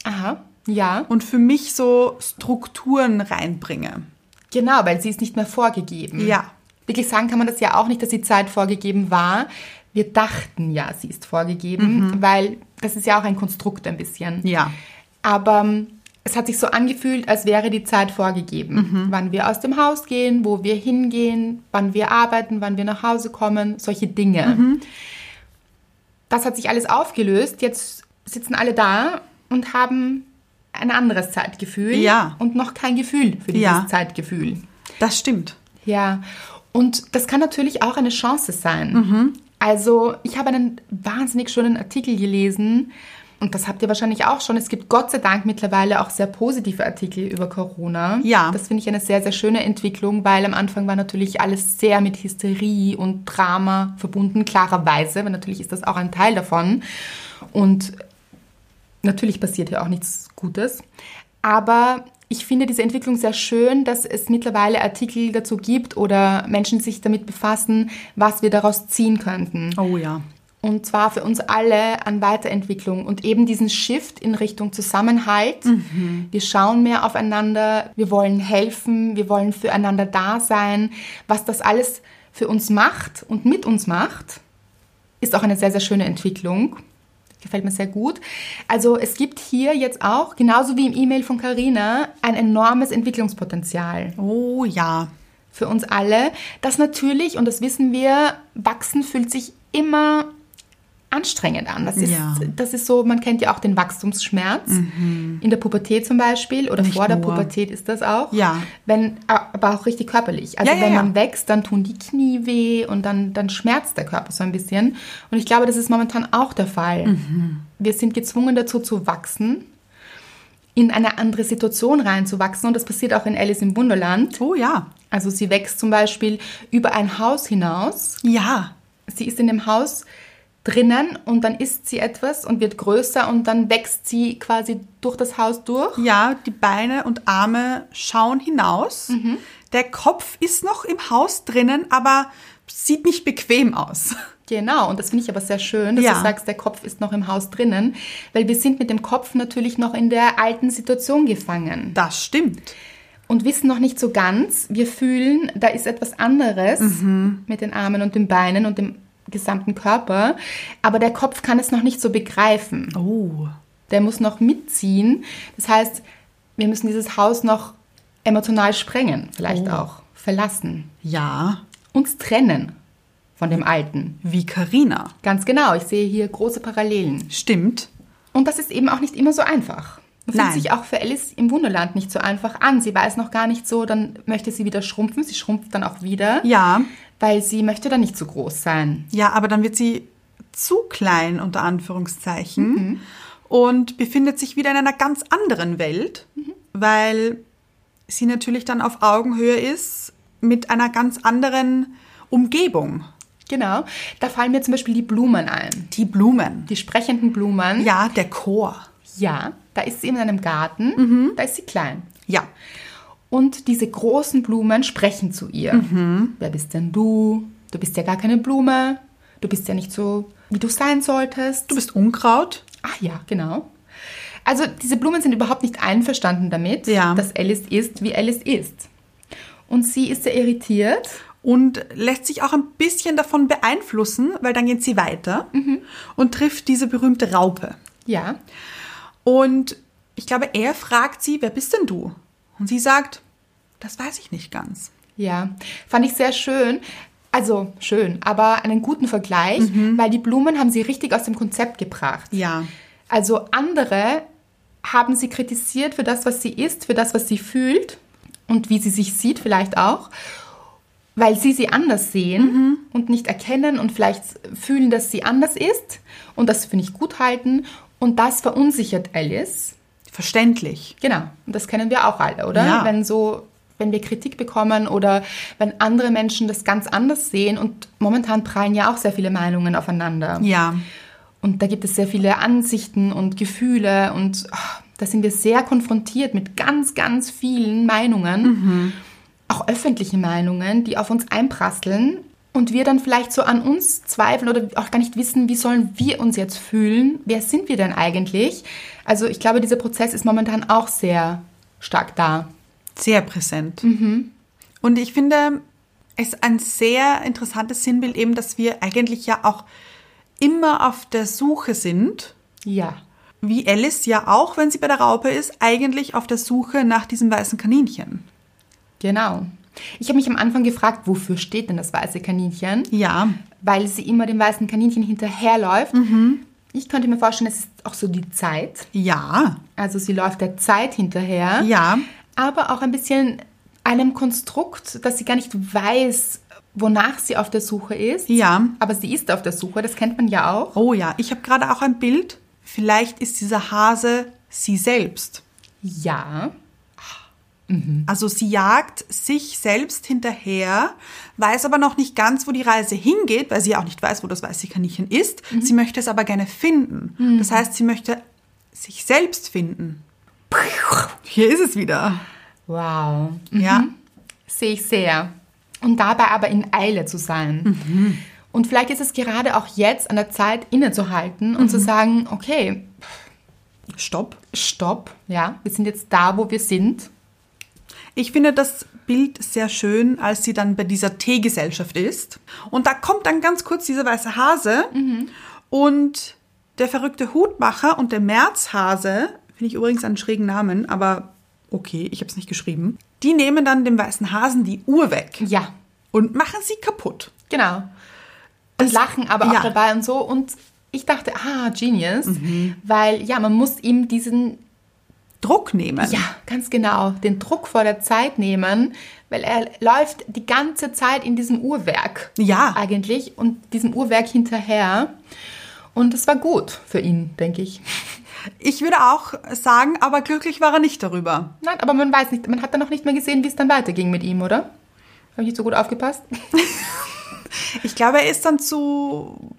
B: Aha, ja.
A: und für mich so Strukturen reinbringe.
B: Genau, weil sie ist nicht mehr vorgegeben.
A: Ja.
B: Wirklich sagen kann man das ja auch nicht, dass die Zeit vorgegeben war. Wir dachten ja, sie ist vorgegeben, weil das ist ja auch ein Konstrukt ein bisschen.
A: Mhm. Ja.
B: Aber ähm, es hat sich so angefühlt, als wäre die Zeit
A: Mhm.
B: vorgegeben. Wann wir aus dem Haus gehen, wo wir hingehen, wann wir arbeiten, wann wir nach Hause kommen, solche Dinge.
A: Mhm.
B: Das hat sich alles aufgelöst. Jetzt sitzen alle da und haben ein anderes Zeitgefühl
A: Ja.
B: und noch kein Gefühl für dieses
A: Ja.
B: Zeitgefühl.
A: Das stimmt.
B: Ja, und das kann natürlich auch eine Chance sein. Also, ich habe einen wahnsinnig schönen Artikel gelesen und das habt ihr wahrscheinlich auch schon. Es gibt Gott sei Dank mittlerweile auch sehr positive Artikel über Corona.
A: Ja.
B: Das finde ich eine sehr, sehr schöne Entwicklung, weil am Anfang war natürlich alles sehr mit Hysterie und Drama verbunden, klarerweise, weil natürlich ist das auch ein Teil davon. Und natürlich passiert ja auch nichts Gutes. Aber ich finde diese Entwicklung sehr schön, dass es mittlerweile Artikel dazu gibt oder Menschen sich damit befassen, was wir daraus ziehen könnten.
A: Oh ja.
B: Und zwar für uns alle an Weiterentwicklung und eben diesen Shift in Richtung Zusammenhalt. Wir schauen mehr aufeinander, wir wollen helfen, wir wollen füreinander da sein. Was das alles für uns macht und mit uns macht, ist auch eine sehr, sehr schöne Entwicklung. Gefällt mir sehr gut. Also es gibt hier jetzt auch, genauso wie im E-Mail von Carina, ein enormes Entwicklungspotenzial
A: Oh ja.
B: für uns alle, dass natürlich, und das wissen wir, wachsen fühlt sich immer anstrengend an. Das ist,
A: Ja.
B: das ist so, man kennt ja auch den Wachstumsschmerz in der Pubertät zum Beispiel oder
A: Mhm. Nicht
B: vor der
A: nur.
B: Pubertät ist das auch.
A: Ja.
B: Wenn, aber auch richtig körperlich. Also
A: Ja, ja,
B: wenn
A: ja.
B: man wächst, dann tun die Knie weh und dann, dann schmerzt der Körper so ein bisschen. Und ich glaube, das ist momentan auch der Fall.
A: Mhm.
B: Wir sind gezwungen dazu zu wachsen, in eine andere Situation reinzuwachsen. Und das passiert auch in Alice im Wunderland.
A: Oh ja.
B: Also sie wächst zum Beispiel über ein Haus hinaus.
A: Ja.
B: Sie ist in dem Haus drinnen und dann isst sie etwas und wird größer und dann wächst sie quasi durch das Haus durch.
A: Ja, die Beine und Arme schauen hinaus. Der Kopf ist noch im Haus drinnen, aber sieht nicht bequem aus.
B: Genau, und das finde ich aber sehr schön, dass
A: Ja.
B: du sagst, der Kopf ist noch im Haus drinnen, weil wir sind mit dem Kopf natürlich noch in der alten Situation gefangen
A: Das stimmt.
B: und wissen noch nicht so ganz. Wir fühlen, da ist etwas anderes mit den Armen und den Beinen und dem gesamten Körper, aber der Kopf kann es noch nicht so begreifen.
A: Oh.
B: der muss noch mitziehen. Das heißt, wir müssen dieses Haus noch emotional sprengen, vielleicht
A: Oh.
B: auch verlassen,
A: Ja,
B: uns trennen von dem Alten.
A: wie Karina.
B: Ganz genau, ich sehe hier große Parallelen.
A: Stimmt.
B: Und das ist eben auch nicht immer so einfach. Das
A: Nein.
B: fühlt sich auch für Alice im Wunderland nicht so einfach an. Sie weiß noch gar nicht so, dann möchte sie wieder schrumpfen. Sie schrumpft dann auch wieder,
A: Ja.
B: weil sie möchte dann nicht so groß sein.
A: Ja, aber dann wird sie zu klein unter Anführungszeichen und befindet sich wieder in einer ganz anderen Welt, weil sie natürlich dann auf Augenhöhe ist mit einer ganz anderen Umgebung.
B: Genau, da fallen mir zum Beispiel die Blumen ein.
A: Die Blumen.
B: Die sprechenden Blumen.
A: Ja, der Chor.
B: Ja, da ist sie in einem Garten,
A: Mhm.
B: da ist sie klein.
A: Ja.
B: Und diese großen Blumen sprechen zu ihr.
A: Mhm.
B: Wer bist denn du? Du bist ja gar keine Blume. Du bist ja nicht so, wie du sein solltest.
A: Du bist Unkraut.
B: Ah ja, genau. Also diese Blumen sind überhaupt nicht einverstanden damit,
A: Ja.
B: dass Alice ist, wie Alice ist. Und sie ist sehr irritiert.
A: und lässt sich auch ein bisschen davon beeinflussen, weil dann geht sie weiter und trifft diese berühmte Raupe.
B: Ja,
A: Und ich glaube, er fragt sie, wer bist denn du? Und sie sagt, das weiß ich nicht ganz.
B: Ja, fand ich sehr schön. Also schön, aber einen guten Vergleich, weil die Blumen haben sie richtig aus dem Konzept gebracht.
A: Mhm. Ja.
B: Also andere haben sie kritisiert für das, was sie ist, für das, was sie fühlt und wie sie sich sieht vielleicht auch, weil sie sie anders sehen
A: Mhm.
B: und nicht erkennen und vielleicht fühlen, dass sie anders ist und das für nicht gut halten und das verunsichert Alice.
A: Verständlich.
B: Genau, und das kennen wir auch alle, oder?
A: Ja.
B: Wenn so wenn wir Kritik bekommen oder wenn andere Menschen das ganz anders sehen. Und momentan prallen ja auch sehr viele Meinungen aufeinander.
A: Ja.
B: Und da gibt es sehr viele Ansichten und Gefühle und ah, da sind wir sehr konfrontiert mit ganz, ganz vielen Meinungen, auch öffentliche Meinungen, die auf uns einprasseln und wir dann vielleicht so an uns zweifeln oder auch gar nicht wissen, wie sollen wir uns jetzt fühlen, wer sind wir denn eigentlich? Also ich glaube, dieser Prozess ist momentan auch sehr stark da.
A: Sehr präsent. Und ich finde es ein sehr interessantes Sinnbild eben, dass wir eigentlich ja auch immer auf der Suche sind,
B: Ja.
A: wie Alice ja auch, wenn sie bei der Raupe ist, eigentlich auf der Suche nach diesem weißen Kaninchen.
B: Genau. Ich habe mich am Anfang gefragt, wofür steht denn das weiße Kaninchen?
A: Ja.
B: Weil sie immer dem weißen Kaninchen hinterherläuft.
A: Mhm.
B: Ich könnte mir vorstellen, es ist auch so die Zeit.
A: Ja.
B: Also sie läuft der Zeit hinterher.
A: Ja.
B: Aber auch ein bisschen einem Konstrukt, dass sie gar nicht weiß, wonach sie auf der Suche ist.
A: Ja.
B: Aber sie ist auf der Suche, das kennt man ja auch.
A: Oh ja, ich habe gerade auch ein Bild. Vielleicht ist dieser Hase sie selbst.
B: Ja.
A: Also sie jagt sich selbst hinterher, weiß aber noch nicht ganz, wo die Reise hingeht, weil sie ja auch nicht weiß, wo das weiße Kaninchen ist. Sie möchte es aber gerne finden. Das heißt, sie möchte sich selbst finden. Hier ist es wieder.
B: Wow. Mhm.
A: Ja.
B: Sehe ich sehr. Und dabei aber in Eile zu sein.
A: Mhm.
B: Und vielleicht ist es gerade auch jetzt an der Zeit, innezuhalten und
A: Mhm.
B: zu sagen, okay,
A: Stopp.
B: stopp, ja, wir sind jetzt da, wo wir sind.
A: Ich finde das Bild sehr schön, als sie dann bei dieser Teegesellschaft ist. Und da kommt dann ganz kurz dieser weiße Hase und der verrückte Hutmacher und der Märzhase, finde ich übrigens einen schrägen Namen, aber okay, ich habe es nicht geschrieben. Die nehmen dann dem weißen Hasen die Uhr weg
B: Ja,
A: und machen sie kaputt.
B: genau. Und lachen aber auch
A: ja.
B: dabei und so. Und ich dachte, ah, genius,
A: Mhm.
B: weil ja, man muss ihm diesen,
A: Druck nehmen.
B: ja, ganz genau, den Druck vor der Zeit nehmen, weil er läuft die ganze Zeit in diesem Uhrwerk.
A: Ja.
B: Eigentlich und diesem Uhrwerk hinterher. Und es war gut für ihn, denke ich.
A: Ich würde auch sagen, aber glücklich war er nicht darüber.
B: Nein, aber man weiß nicht, man hat dann noch nicht mehr gesehen, wie es dann weiterging mit ihm, oder? Habe ich nicht so gut aufgepasst?
A: Ich glaube, er ist dann zu,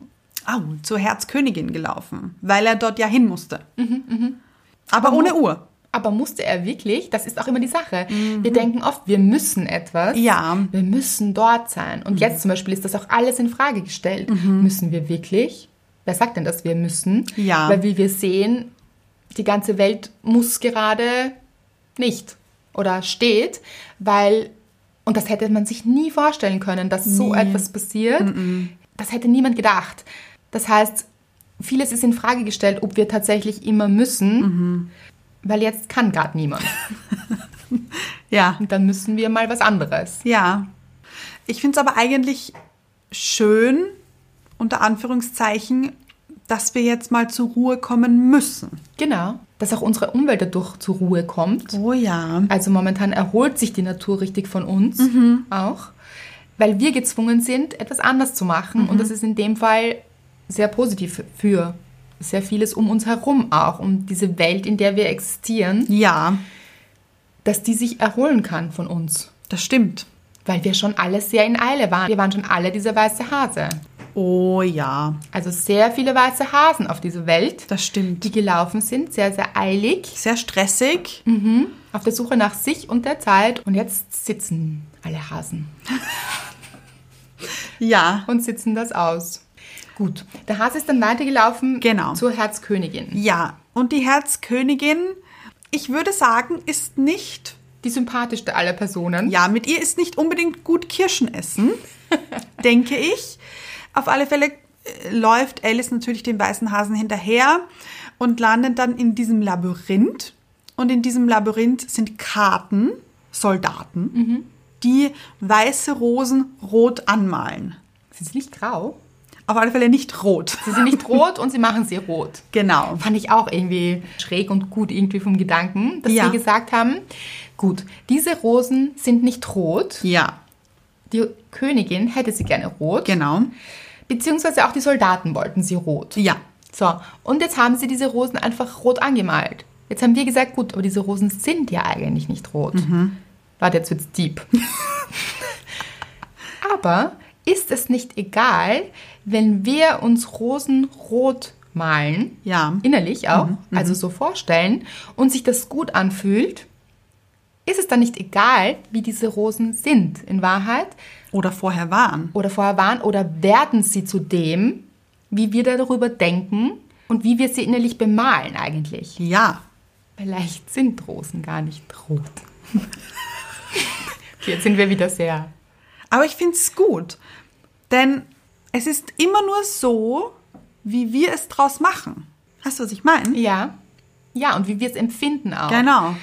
A: au, zur Herzkönigin gelaufen, weil er dort ja hin musste. Mhm, Aber ohne Uhr.
B: Aber musste er wirklich? Das ist auch immer die Sache. Wir denken oft, wir müssen etwas.
A: Ja.
B: Wir müssen dort sein. Und jetzt zum Beispiel ist das auch alles in Frage gestellt. Müssen wir wirklich? Wer sagt denn, dass wir müssen?
A: Ja.
B: Weil wie wir sehen, die ganze Welt muss gerade nicht oder steht, weil und das hätte man sich nie vorstellen können, dass so
A: Nie.
B: etwas passiert. Das hätte niemand gedacht. Das heißt, vieles ist in Frage gestellt, ob wir tatsächlich immer müssen. Weil jetzt kann gerade niemand.
A: Ja.
B: Und dann müssen wir mal was anderes.
A: Ja. Ich finde es aber eigentlich schön, unter Anführungszeichen, dass wir jetzt mal zur Ruhe kommen müssen.
B: Genau. Dass auch unsere Umwelt dadurch zur Ruhe kommt.
A: Oh ja.
B: Also momentan erholt sich die Natur richtig von uns auch, weil wir gezwungen sind, etwas anders zu machen. Und das ist in dem Fall sehr positiv für sehr vieles um uns herum auch, um diese Welt, in der wir existieren,
A: Ja,
B: dass die sich erholen kann von uns.
A: das stimmt.
B: Weil wir schon alle sehr in Eile waren. Wir waren schon alle dieser weiße Hase.
A: Oh ja,
B: Also sehr viele weiße Hasen auf dieser Welt.
A: das
B: die
A: stimmt.
B: gelaufen sind, sehr, sehr eilig,
A: Sehr stressig.
B: auf der Suche nach sich und der Zeit. Und jetzt sitzen alle Hasen
A: Ja.
B: und sitzen das aus. Gut, der Hase ist dann weitergelaufen
A: Genau.
B: zur Herzkönigin.
A: Ja. Und die Herzkönigin, ich würde sagen, ist nicht
B: Die sympathischste aller Personen.
A: Ja, mit ihr ist nicht unbedingt gut Kirschen essen, denke ich. Auf alle Fälle äh, läuft Alice natürlich dem weißen Hasen hinterher und landet dann in diesem Labyrinth. Und in diesem Labyrinth sind Karten, Soldaten, die weiße Rosen rot anmalen.
B: Sie sind nicht grau,
A: Auf alle Fälle nicht rot.
B: sie sind nicht rot und sie machen sie rot.
A: Genau.
B: Fand ich auch irgendwie schräg und gut irgendwie vom Gedanken, dass
A: Ja.
B: wir gesagt haben, gut, diese Rosen sind nicht rot.
A: Ja,
B: Die Königin hätte sie gerne rot.
A: genau.
B: Beziehungsweise auch die Soldaten wollten sie rot.
A: Ja.
B: So, und jetzt haben sie diese Rosen einfach rot angemalt. Jetzt haben wir gesagt, gut, aber diese Rosen sind ja eigentlich nicht rot. Warte, jetzt wird's deep. Aber ist es nicht egal, wenn wir uns rosenrot malen,
A: Ja.
B: innerlich auch, also so vorstellen, und sich das gut anfühlt, ist es dann nicht egal, wie diese Rosen sind in Wahrheit
A: Oder vorher waren.
B: oder vorher waren oder werden sie zu dem, wie wir darüber denken und wie wir sie innerlich bemalen eigentlich.
A: Ja.
B: Vielleicht sind Rosen gar nicht rot. okay, jetzt sind wir wieder sehr
A: Aber ich finde es gut, denn es ist immer nur so, wie wir es draus machen. Hast du, was ich meine?
B: Ja. Ja, und wie wir es empfinden auch.
A: Genau.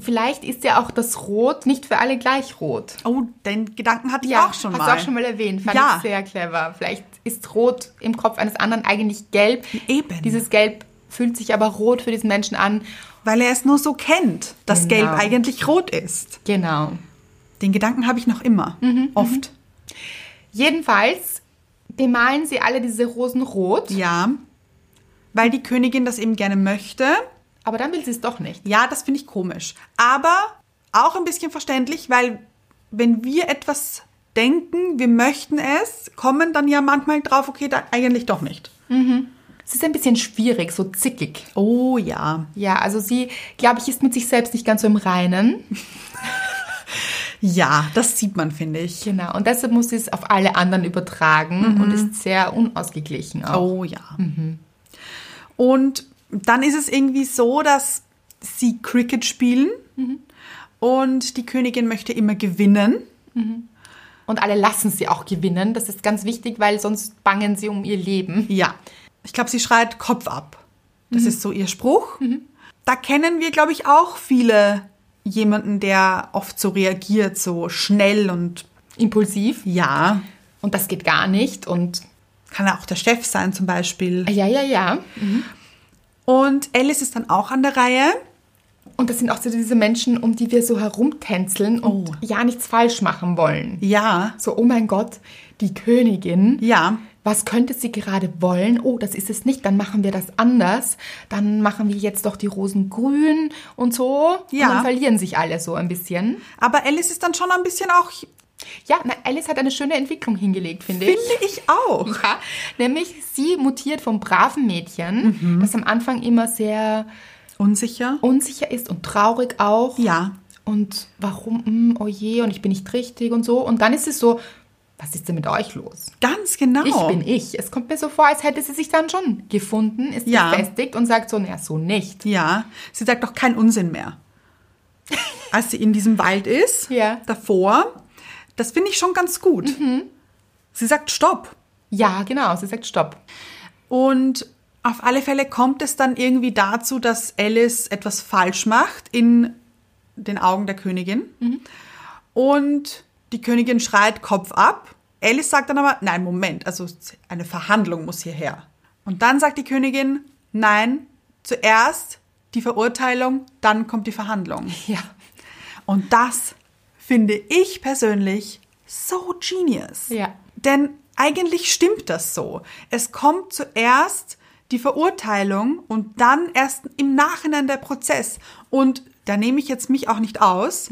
B: Vielleicht ist ja auch das Rot nicht für alle gleich rot.
A: Oh, den Gedanken hatte ich auch schon
B: hast
A: mal.
B: du auch schon mal erwähnt. Fand
A: Ja.
B: ich sehr clever. Vielleicht ist Rot im Kopf eines anderen eigentlich gelb.
A: Eben.
B: Dieses Gelb fühlt sich aber rot für diesen Menschen an.
A: Weil er es nur so kennt, dass
B: Genau.
A: Gelb eigentlich rot ist.
B: Genau.
A: Den Gedanken habe ich noch immer.
B: Mhm,
A: Oft.
B: Jedenfalls bemalen sie alle diese Rosen rot,
A: Ja. Weil die Königin das eben gerne möchte.
B: aber dann will sie es doch nicht.
A: Ja, das finde ich komisch. Aber auch ein bisschen verständlich, weil wenn wir etwas denken, wir möchten es, kommen dann ja manchmal drauf, okay, da eigentlich doch nicht.
B: Es ist ein bisschen schwierig, so zickig.
A: Oh ja.
B: Ja, also sie, glaube ich, ist mit sich selbst nicht ganz so im Reinen.
A: Ja, das sieht man, finde ich.
B: Genau, und deshalb muss sie es auf alle anderen übertragen und ist sehr unausgeglichen auch.
A: Mhm. Oh ja. Und dann ist es irgendwie so, dass sie Cricket spielen und die Königin möchte immer gewinnen.
B: Und alle lassen sie auch gewinnen. Das ist ganz wichtig, weil sonst bangen sie um ihr Leben.
A: Ja. Ich glaube, sie schreit Kopf ab. Das ist so ihr Spruch. Da kennen wir, glaube ich, auch viele jemanden, der oft so reagiert, so schnell und
B: Impulsiv.
A: ja.
B: Und das geht gar nicht. Und
A: Kann ja auch der Chef sein zum Beispiel.
B: ja, ja, ja.
A: Und Alice ist dann auch an der Reihe.
B: Und das sind auch so diese Menschen, um die wir so herumtänzeln und
A: Oh.
B: ja nichts falsch machen wollen.
A: Ja.
B: So, oh mein Gott, die Königin.
A: Ja.
B: Was könnte sie gerade wollen? Oh, das ist es nicht. Dann machen wir das anders. Dann machen wir jetzt doch die Rosen grün und so.
A: Ja.
B: Und dann verlieren sich alle so ein bisschen.
A: Aber Alice ist dann schon ein bisschen auch,
B: Ja, na, Alice hat eine schöne Entwicklung hingelegt, finde ich.
A: finde ich auch.
B: Ja, nämlich sie mutiert vom braven Mädchen,
A: Mhm.
B: das am Anfang immer sehr
A: Unsicher?
B: unsicher ist und traurig auch.
A: Ja.
B: Und warum, hm, oh je, und ich bin nicht richtig und so. Und dann ist es so, was ist denn mit euch los?
A: Ganz genau.
B: Ich bin ich. Es kommt mir so vor, als hätte sie sich dann schon gefunden, ist
A: Ja.
B: befestigt und sagt so, naja, so nicht.
A: Ja, sie sagt doch keinen Unsinn mehr. Als sie in diesem Wald ist,
B: Ja. Mhm.
A: davor, das finde ich schon ganz gut. Sie sagt Stopp.
B: Ja, genau, sie sagt Stopp.
A: Und auf alle Fälle kommt es dann irgendwie dazu, dass Alice etwas falsch macht in den Augen der Königin. Und die Königin schreit Kopf ab. Alice sagt dann aber, nein, Moment, also eine Verhandlung muss hierher. Und dann sagt die Königin, nein, zuerst die Verurteilung, dann kommt die Verhandlung.
B: Ja.
A: Und das finde ich persönlich so genius.
B: Ja.
A: Denn eigentlich stimmt das so. Es kommt zuerst die Verurteilung und dann erst im Nachhinein der Prozess. Und da nehme ich jetzt mich auch nicht aus.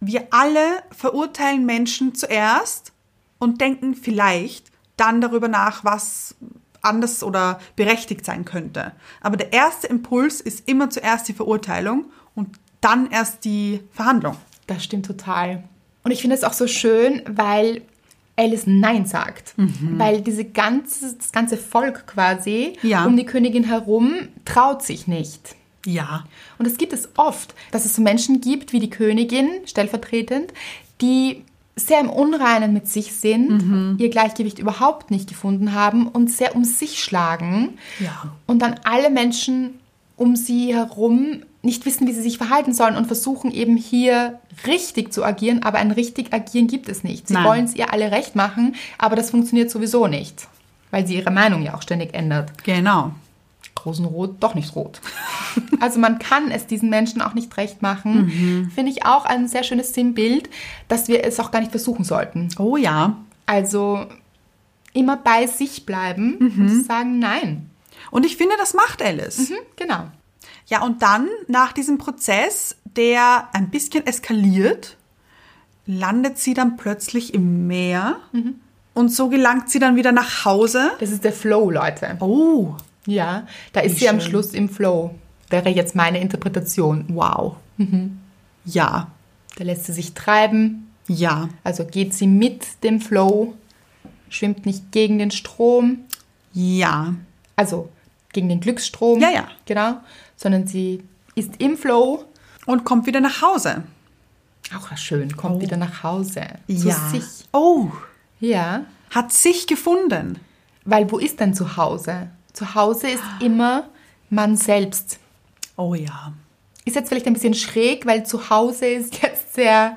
A: Wir alle verurteilen Menschen zuerst und denken vielleicht dann darüber nach, was anders oder berechtigt sein könnte. Aber der erste Impuls ist immer zuerst die Verurteilung und dann erst die Verhandlung.
B: Das stimmt total. Und ich finde es auch so schön, weil Alice Nein sagt.
A: Mhm.
B: Weil diese ganze, das ganze Volk quasi
A: Ja.
B: um die Königin herum traut sich nicht.
A: Ja.
B: Und es gibt es oft, dass es so Menschen gibt wie die Königin, stellvertretend, die sehr im Unreinen mit sich sind,
A: Mhm.
B: ihr Gleichgewicht überhaupt nicht gefunden haben und sehr um sich schlagen.
A: Ja.
B: Und dann alle Menschen um sie herum nicht wissen, wie sie sich verhalten sollen und versuchen eben hier richtig zu agieren, aber ein richtig agieren gibt es nicht. Sie
A: Nein.
B: wollen es ihr alle recht machen, aber das funktioniert sowieso nicht, weil sie ihre Meinung ja auch ständig ändert.
A: Genau.
B: Rosenrot doch nicht rot. Also man kann es diesen Menschen auch nicht recht machen. Finde ich auch ein sehr schönes Sinnbild, dass wir es auch gar nicht versuchen sollten.
A: Oh ja.
B: Also immer bei sich bleiben und sagen nein.
A: Und ich finde, das macht Alice.
B: Hm, genau.
A: Ja, und dann nach diesem Prozess, der ein bisschen eskaliert, landet sie dann plötzlich im Meer und so gelangt sie dann wieder nach Hause.
B: Das ist der Flow, Leute.
A: Oh,
B: Ja, da ist sie am
A: schön.
B: Schluss im Flow. Wäre jetzt meine Interpretation. Wow.
A: ja,
B: Da lässt sie sich treiben.
A: ja,
B: Also geht sie mit dem Flow, schwimmt nicht gegen den Strom,
A: ja,
B: also gegen den Glücksstrom.
A: Ja, ja.
B: Genau. Sondern sie ist im Flow.
A: und kommt wieder nach Hause.
B: Auch schön, kommt wieder nach Hause. Zu sich.
A: Oh,
B: Ja.
A: hat sich gefunden.
B: Weil wo ist denn zu Hause? Zu Hause ist immer man selbst.
A: Oh ja.
B: Ist jetzt vielleicht ein bisschen schräg, weil zu Hause ist jetzt sehr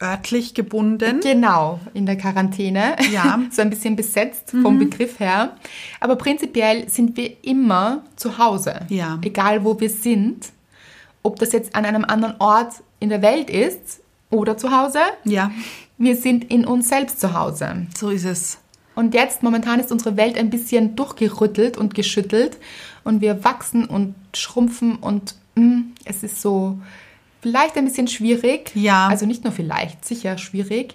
A: Örtlich gebunden.
B: Genau, in der Quarantäne.
A: Ja. Mhm.
B: so ein bisschen besetzt vom Begriff her. Aber prinzipiell sind wir immer zu Hause.
A: Ja.
B: Egal wo wir sind. Ob das jetzt an einem anderen Ort in der Welt ist oder zu Hause.
A: Ja,
B: Wir sind in uns selbst zu Hause.
A: so ist es.
B: Und jetzt, momentan ist unsere Welt ein bisschen durchgerüttelt und geschüttelt. Und wir wachsen und schrumpfen und mm, es ist so vielleicht ein bisschen schwierig.
A: Ja.
B: Also nicht nur vielleicht, sicher schwierig.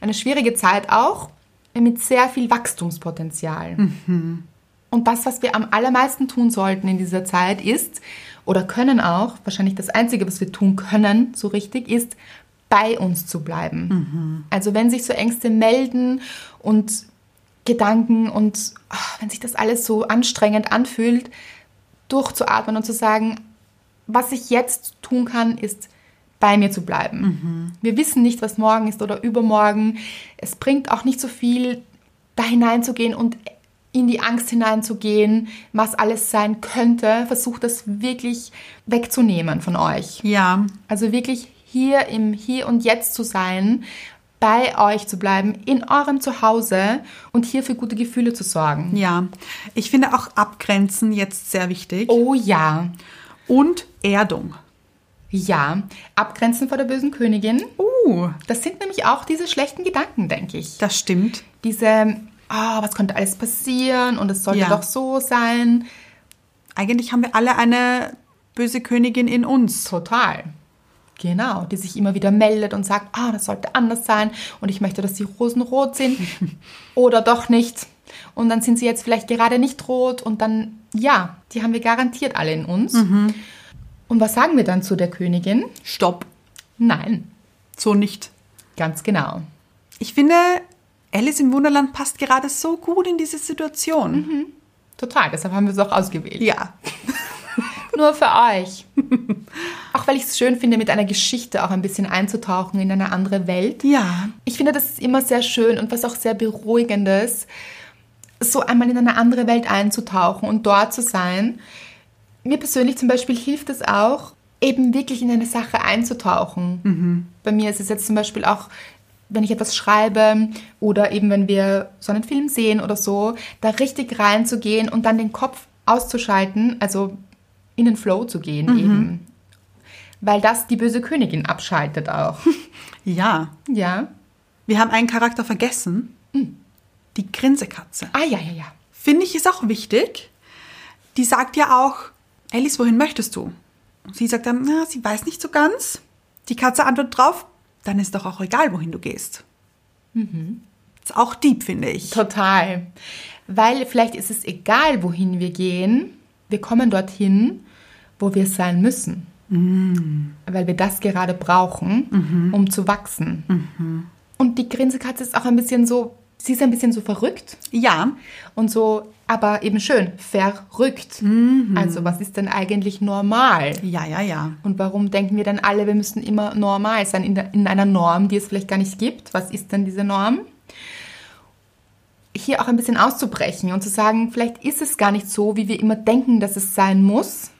B: Eine schwierige Zeit auch mit sehr viel Wachstumspotenzial. Und das, was wir am allermeisten tun sollten in dieser Zeit ist, oder können auch, wahrscheinlich das Einzige, was wir tun können, so richtig, ist, bei uns zu bleiben. Also wenn sich so Ängste melden und Gedanken und ah, wenn sich das alles so anstrengend anfühlt, durchzuatmen und zu sagen, was ich jetzt tun kann, ist bei mir zu bleiben. Wir wissen nicht, was morgen ist oder übermorgen. Es bringt auch nicht so viel, da hineinzugehen und in die Angst hineinzugehen, was alles sein könnte. Versucht das wirklich wegzunehmen von euch.
A: Ja,
B: Also wirklich hier im Hier und Jetzt zu sein, bei euch zu bleiben, in eurem Zuhause und hier für gute Gefühle zu sorgen.
A: ja. Ich finde auch Abgrenzen jetzt sehr wichtig.
B: Oh ja,
A: Und Erdung.
B: ja. Abgrenzen vor der bösen Königin.
A: Uh,
B: Das sind nämlich auch diese schlechten Gedanken, denke ich.
A: das stimmt.
B: Diese, ah, was könnte alles passieren und es sollte
A: Ja.
B: doch so sein.
A: Eigentlich haben wir alle eine böse Königin in uns.
B: Total. Genau, die sich immer wieder meldet und sagt, ah, das sollte anders sein und ich möchte, dass die Rosen rot sind oder doch nicht. Und dann sind sie jetzt vielleicht gerade nicht rot und dann, ja, die haben wir garantiert alle in uns.
A: Mhm.
B: Und was sagen wir dann zu der Königin?
A: Stopp.
B: Nein,
A: So nicht.
B: ganz genau.
A: Ich finde, Alice im Wunderland passt gerade so gut in diese Situation.
B: Total, deshalb haben wir es auch ausgewählt.
A: Ja.
B: Nur für euch. auch weil ich es schön finde, mit einer Geschichte auch ein bisschen einzutauchen in eine andere Welt.
A: Ja.
B: Ich finde, das ist immer sehr schön und was auch sehr beruhigendes, so einmal in eine andere Welt einzutauchen und dort zu sein. Mir persönlich zum Beispiel hilft es auch, eben wirklich in eine Sache einzutauchen. Bei mir ist es jetzt zum Beispiel auch, wenn ich etwas schreibe oder eben wenn wir so einen Film sehen oder so, da richtig reinzugehen und dann den Kopf auszuschalten, also in den Flow zu gehen eben. Weil das die böse Königin abschaltet auch.
A: Ja.
B: ja.
A: Wir haben einen Charakter vergessen. Die Grinsekatze.
B: Ah, ja, ja, ja.
A: Finde ich ist auch wichtig. Die sagt ja auch, Alice, wohin möchtest du? Und sie sagt dann, na, sie weiß nicht so ganz. Die Katze antwortet drauf, dann ist doch auch egal, wohin du gehst. Ist auch deep, finde ich.
B: Total. Weil vielleicht ist es egal, wohin wir gehen, wir kommen dorthin, wo wir sein müssen. Weil wir das gerade brauchen, um zu wachsen. Und die Grinsekatze ist auch ein bisschen so, sie ist ein bisschen so verrückt
A: Ja,
B: und so, aber eben schön, verrückt. Also was ist denn eigentlich normal?
A: ja, ja, ja.
B: Und warum denken wir dann alle, wir müssen immer normal sein in, der, in einer Norm, die es vielleicht gar nicht gibt? Was ist denn diese Norm? Hier auch ein bisschen auszubrechen und zu sagen, vielleicht ist es gar nicht so, wie wir immer denken, dass es sein muss.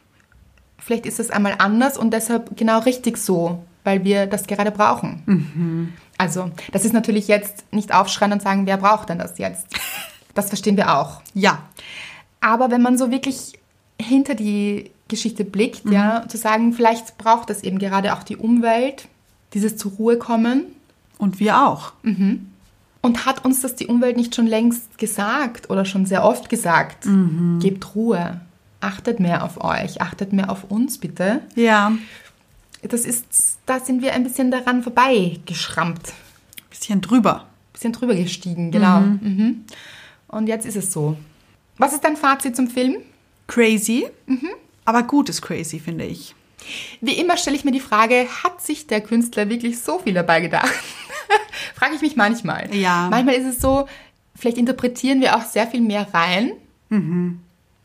B: Vielleicht ist es einmal anders und deshalb genau richtig so, weil wir das gerade brauchen. Also, das ist natürlich jetzt nicht aufschreien und sagen, wer braucht denn das jetzt? Das verstehen wir auch.
A: Ja,
B: Aber wenn man so wirklich hinter die Geschichte blickt, ja, zu sagen, vielleicht braucht es eben gerade auch die Umwelt, dieses zur Ruhe kommen.
A: und wir auch.
B: Und hat uns das die Umwelt nicht schon längst gesagt oder schon sehr oft gesagt? Gebt Ruhe, Achtet mehr auf euch, achtet mehr auf uns bitte.
A: Ja.
B: Das ist, da sind wir ein bisschen daran vorbeigeschrammt,
A: Bisschen drüber.
B: bisschen drüber gestiegen, genau. Mhm. Und jetzt ist es so. Was ist dein Fazit zum Film?
A: Crazy. Aber gutes Crazy, finde ich.
B: Wie immer stelle ich mir die Frage, hat sich der Künstler wirklich so viel dabei gedacht? Frage ich mich manchmal.
A: Ja.
B: Manchmal ist es so, vielleicht interpretieren wir auch sehr viel mehr rein.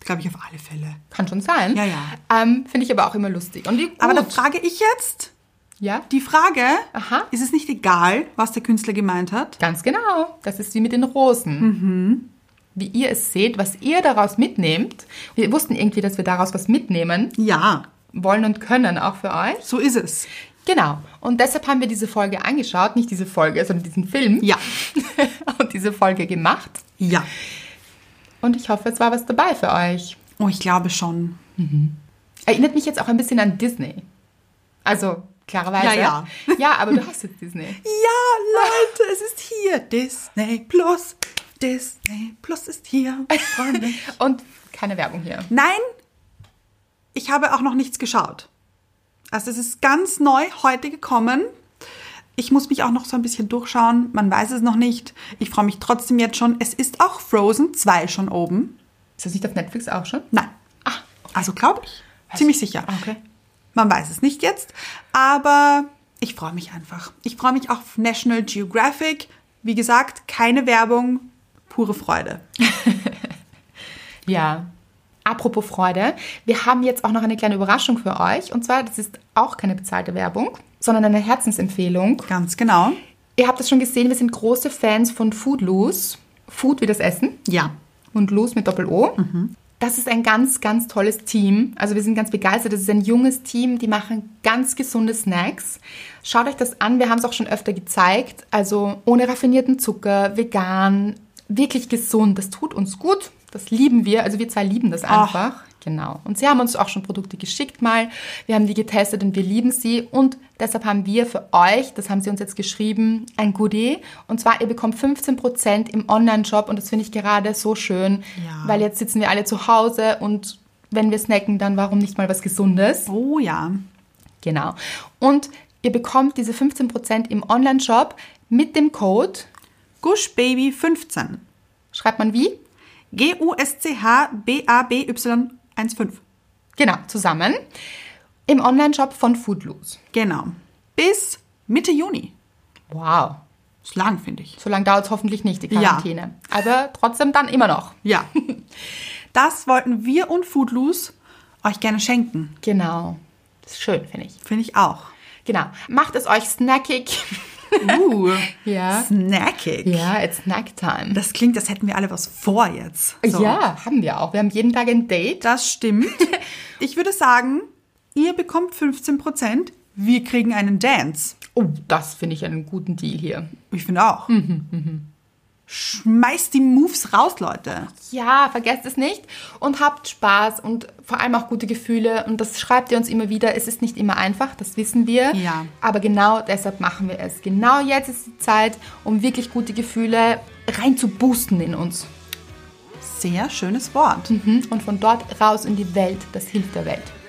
A: Glaube ich auf alle Fälle.
B: Kann schon sein.
A: Ja, ja.
B: Ähm, Finde ich aber auch immer lustig. Und gut.
A: Aber da frage ich jetzt,
B: ja,
A: die Frage,
B: Aha.
A: ist es nicht egal, was der Künstler gemeint hat?
B: ganz genau. Das ist wie mit den Rosen.
A: Mhm.
B: Wie ihr es seht, was ihr daraus mitnehmt. Wir wussten irgendwie, dass wir daraus was mitnehmen
A: Ja,
B: wollen und können, auch für euch.
A: so ist es.
B: Genau. Und deshalb haben wir diese Folge angeschaut, nicht diese Folge, sondern diesen Film.
A: Ja.
B: und diese Folge gemacht.
A: Ja.
B: Und ich hoffe, es war was dabei für euch.
A: Oh, ich glaube schon.
B: Erinnert mich jetzt auch ein bisschen an Disney. Also, klarerweise.
A: Ja,
B: ja. Ja, aber du hast jetzt Disney.
A: Ja, Leute, es ist hier. Disney Plus. Disney Plus ist hier. Ich freu mich.
B: Und keine Werbung hier.
A: Nein, ich habe auch noch nichts geschaut. Also es ist ganz neu heute gekommen. Ich muss mich auch noch so ein bisschen durchschauen. Man weiß es noch nicht. Ich freue mich trotzdem jetzt schon. Es ist auch Frozen 2 schon oben.
B: Ist das nicht auf Netflix auch schon?
A: Nein. Also glaube ich. Ziemlich sicher.
B: Okay.
A: Man weiß es nicht jetzt. Aber ich freue mich einfach. Ich freue mich auch auf National Geographic. Wie gesagt, keine Werbung, pure Freude.
B: Ja. Apropos Freude, wir haben jetzt auch noch eine kleine Überraschung für euch. Und zwar, das ist auch keine bezahlte Werbung, sondern eine Herzensempfehlung.
A: Ganz genau.
B: Ihr habt es schon gesehen, wir sind große Fans von Food Loose. Food wie das Essen
A: Ja.
B: und Loose mit Doppel-O. Das ist ein ganz, ganz tolles Team. Also wir sind ganz begeistert. Das ist ein junges Team, die machen ganz gesunde Snacks. Schaut euch das an, wir haben es auch schon öfter gezeigt. Also ohne raffinierten Zucker, vegan, wirklich gesund. Das tut uns gut, das lieben wir. Also wir zwei lieben das einfach. Genau. Und sie haben uns auch schon Produkte geschickt mal. Wir haben die getestet und wir lieben sie. Und deshalb haben wir für euch, das haben sie uns jetzt geschrieben, ein Goodie. Und zwar, ihr bekommt 15% im Online-Shop. Und das finde ich gerade so schön,
A: Ja.
B: weil jetzt sitzen wir alle zu Hause und wenn wir snacken, dann warum nicht mal was Gesundes?
A: Oh ja.
B: Genau. Und ihr bekommt diese 15% im Online-Shop mit dem Code.
A: Gush Baby 15.
B: Schreibt man wie?
A: G-U-S-C-H-B-A-B-Y-1-5.
B: Genau, zusammen. Im Online-Shop von Foodloose.
A: Genau. Bis Mitte Juni.
B: Wow.
A: Ist lang, finde ich.
B: So lange dauert es hoffentlich nicht, die
A: Ja.
B: Quarantäne. Aber trotzdem dann immer noch.
A: Ja. Das wollten wir und Foodloose euch gerne schenken.
B: Genau. Das ist schön, finde ich.
A: Finde ich auch.
B: Genau. Macht es euch snackig.
A: Uh,
B: Ja.
A: snackig.
B: Ja, it's snack time.
A: Das klingt, als hätten wir alle was vor jetzt. So.
B: Ja, haben wir auch. Wir haben jeden Tag ein Date.
A: Das stimmt. Ich würde sagen, ihr bekommt 15%, wir kriegen einen Dance.
B: Oh, das finde ich einen guten Deal hier.
A: Ich finde auch.
B: Mhm,
A: Schmeißt die Moves raus, Leute.
B: Ja, vergesst es nicht und habt Spaß und vor allem auch gute Gefühle. Und das schreibt ihr uns immer wieder. Es ist nicht immer einfach, das wissen wir.
A: Ja.
B: Aber genau deshalb machen wir es. Genau jetzt ist die Zeit, um wirklich gute Gefühle rein zu boosten in uns.
A: Sehr schönes Wort.
B: Mhm. Und von dort raus in die Welt. Das hilft der Welt.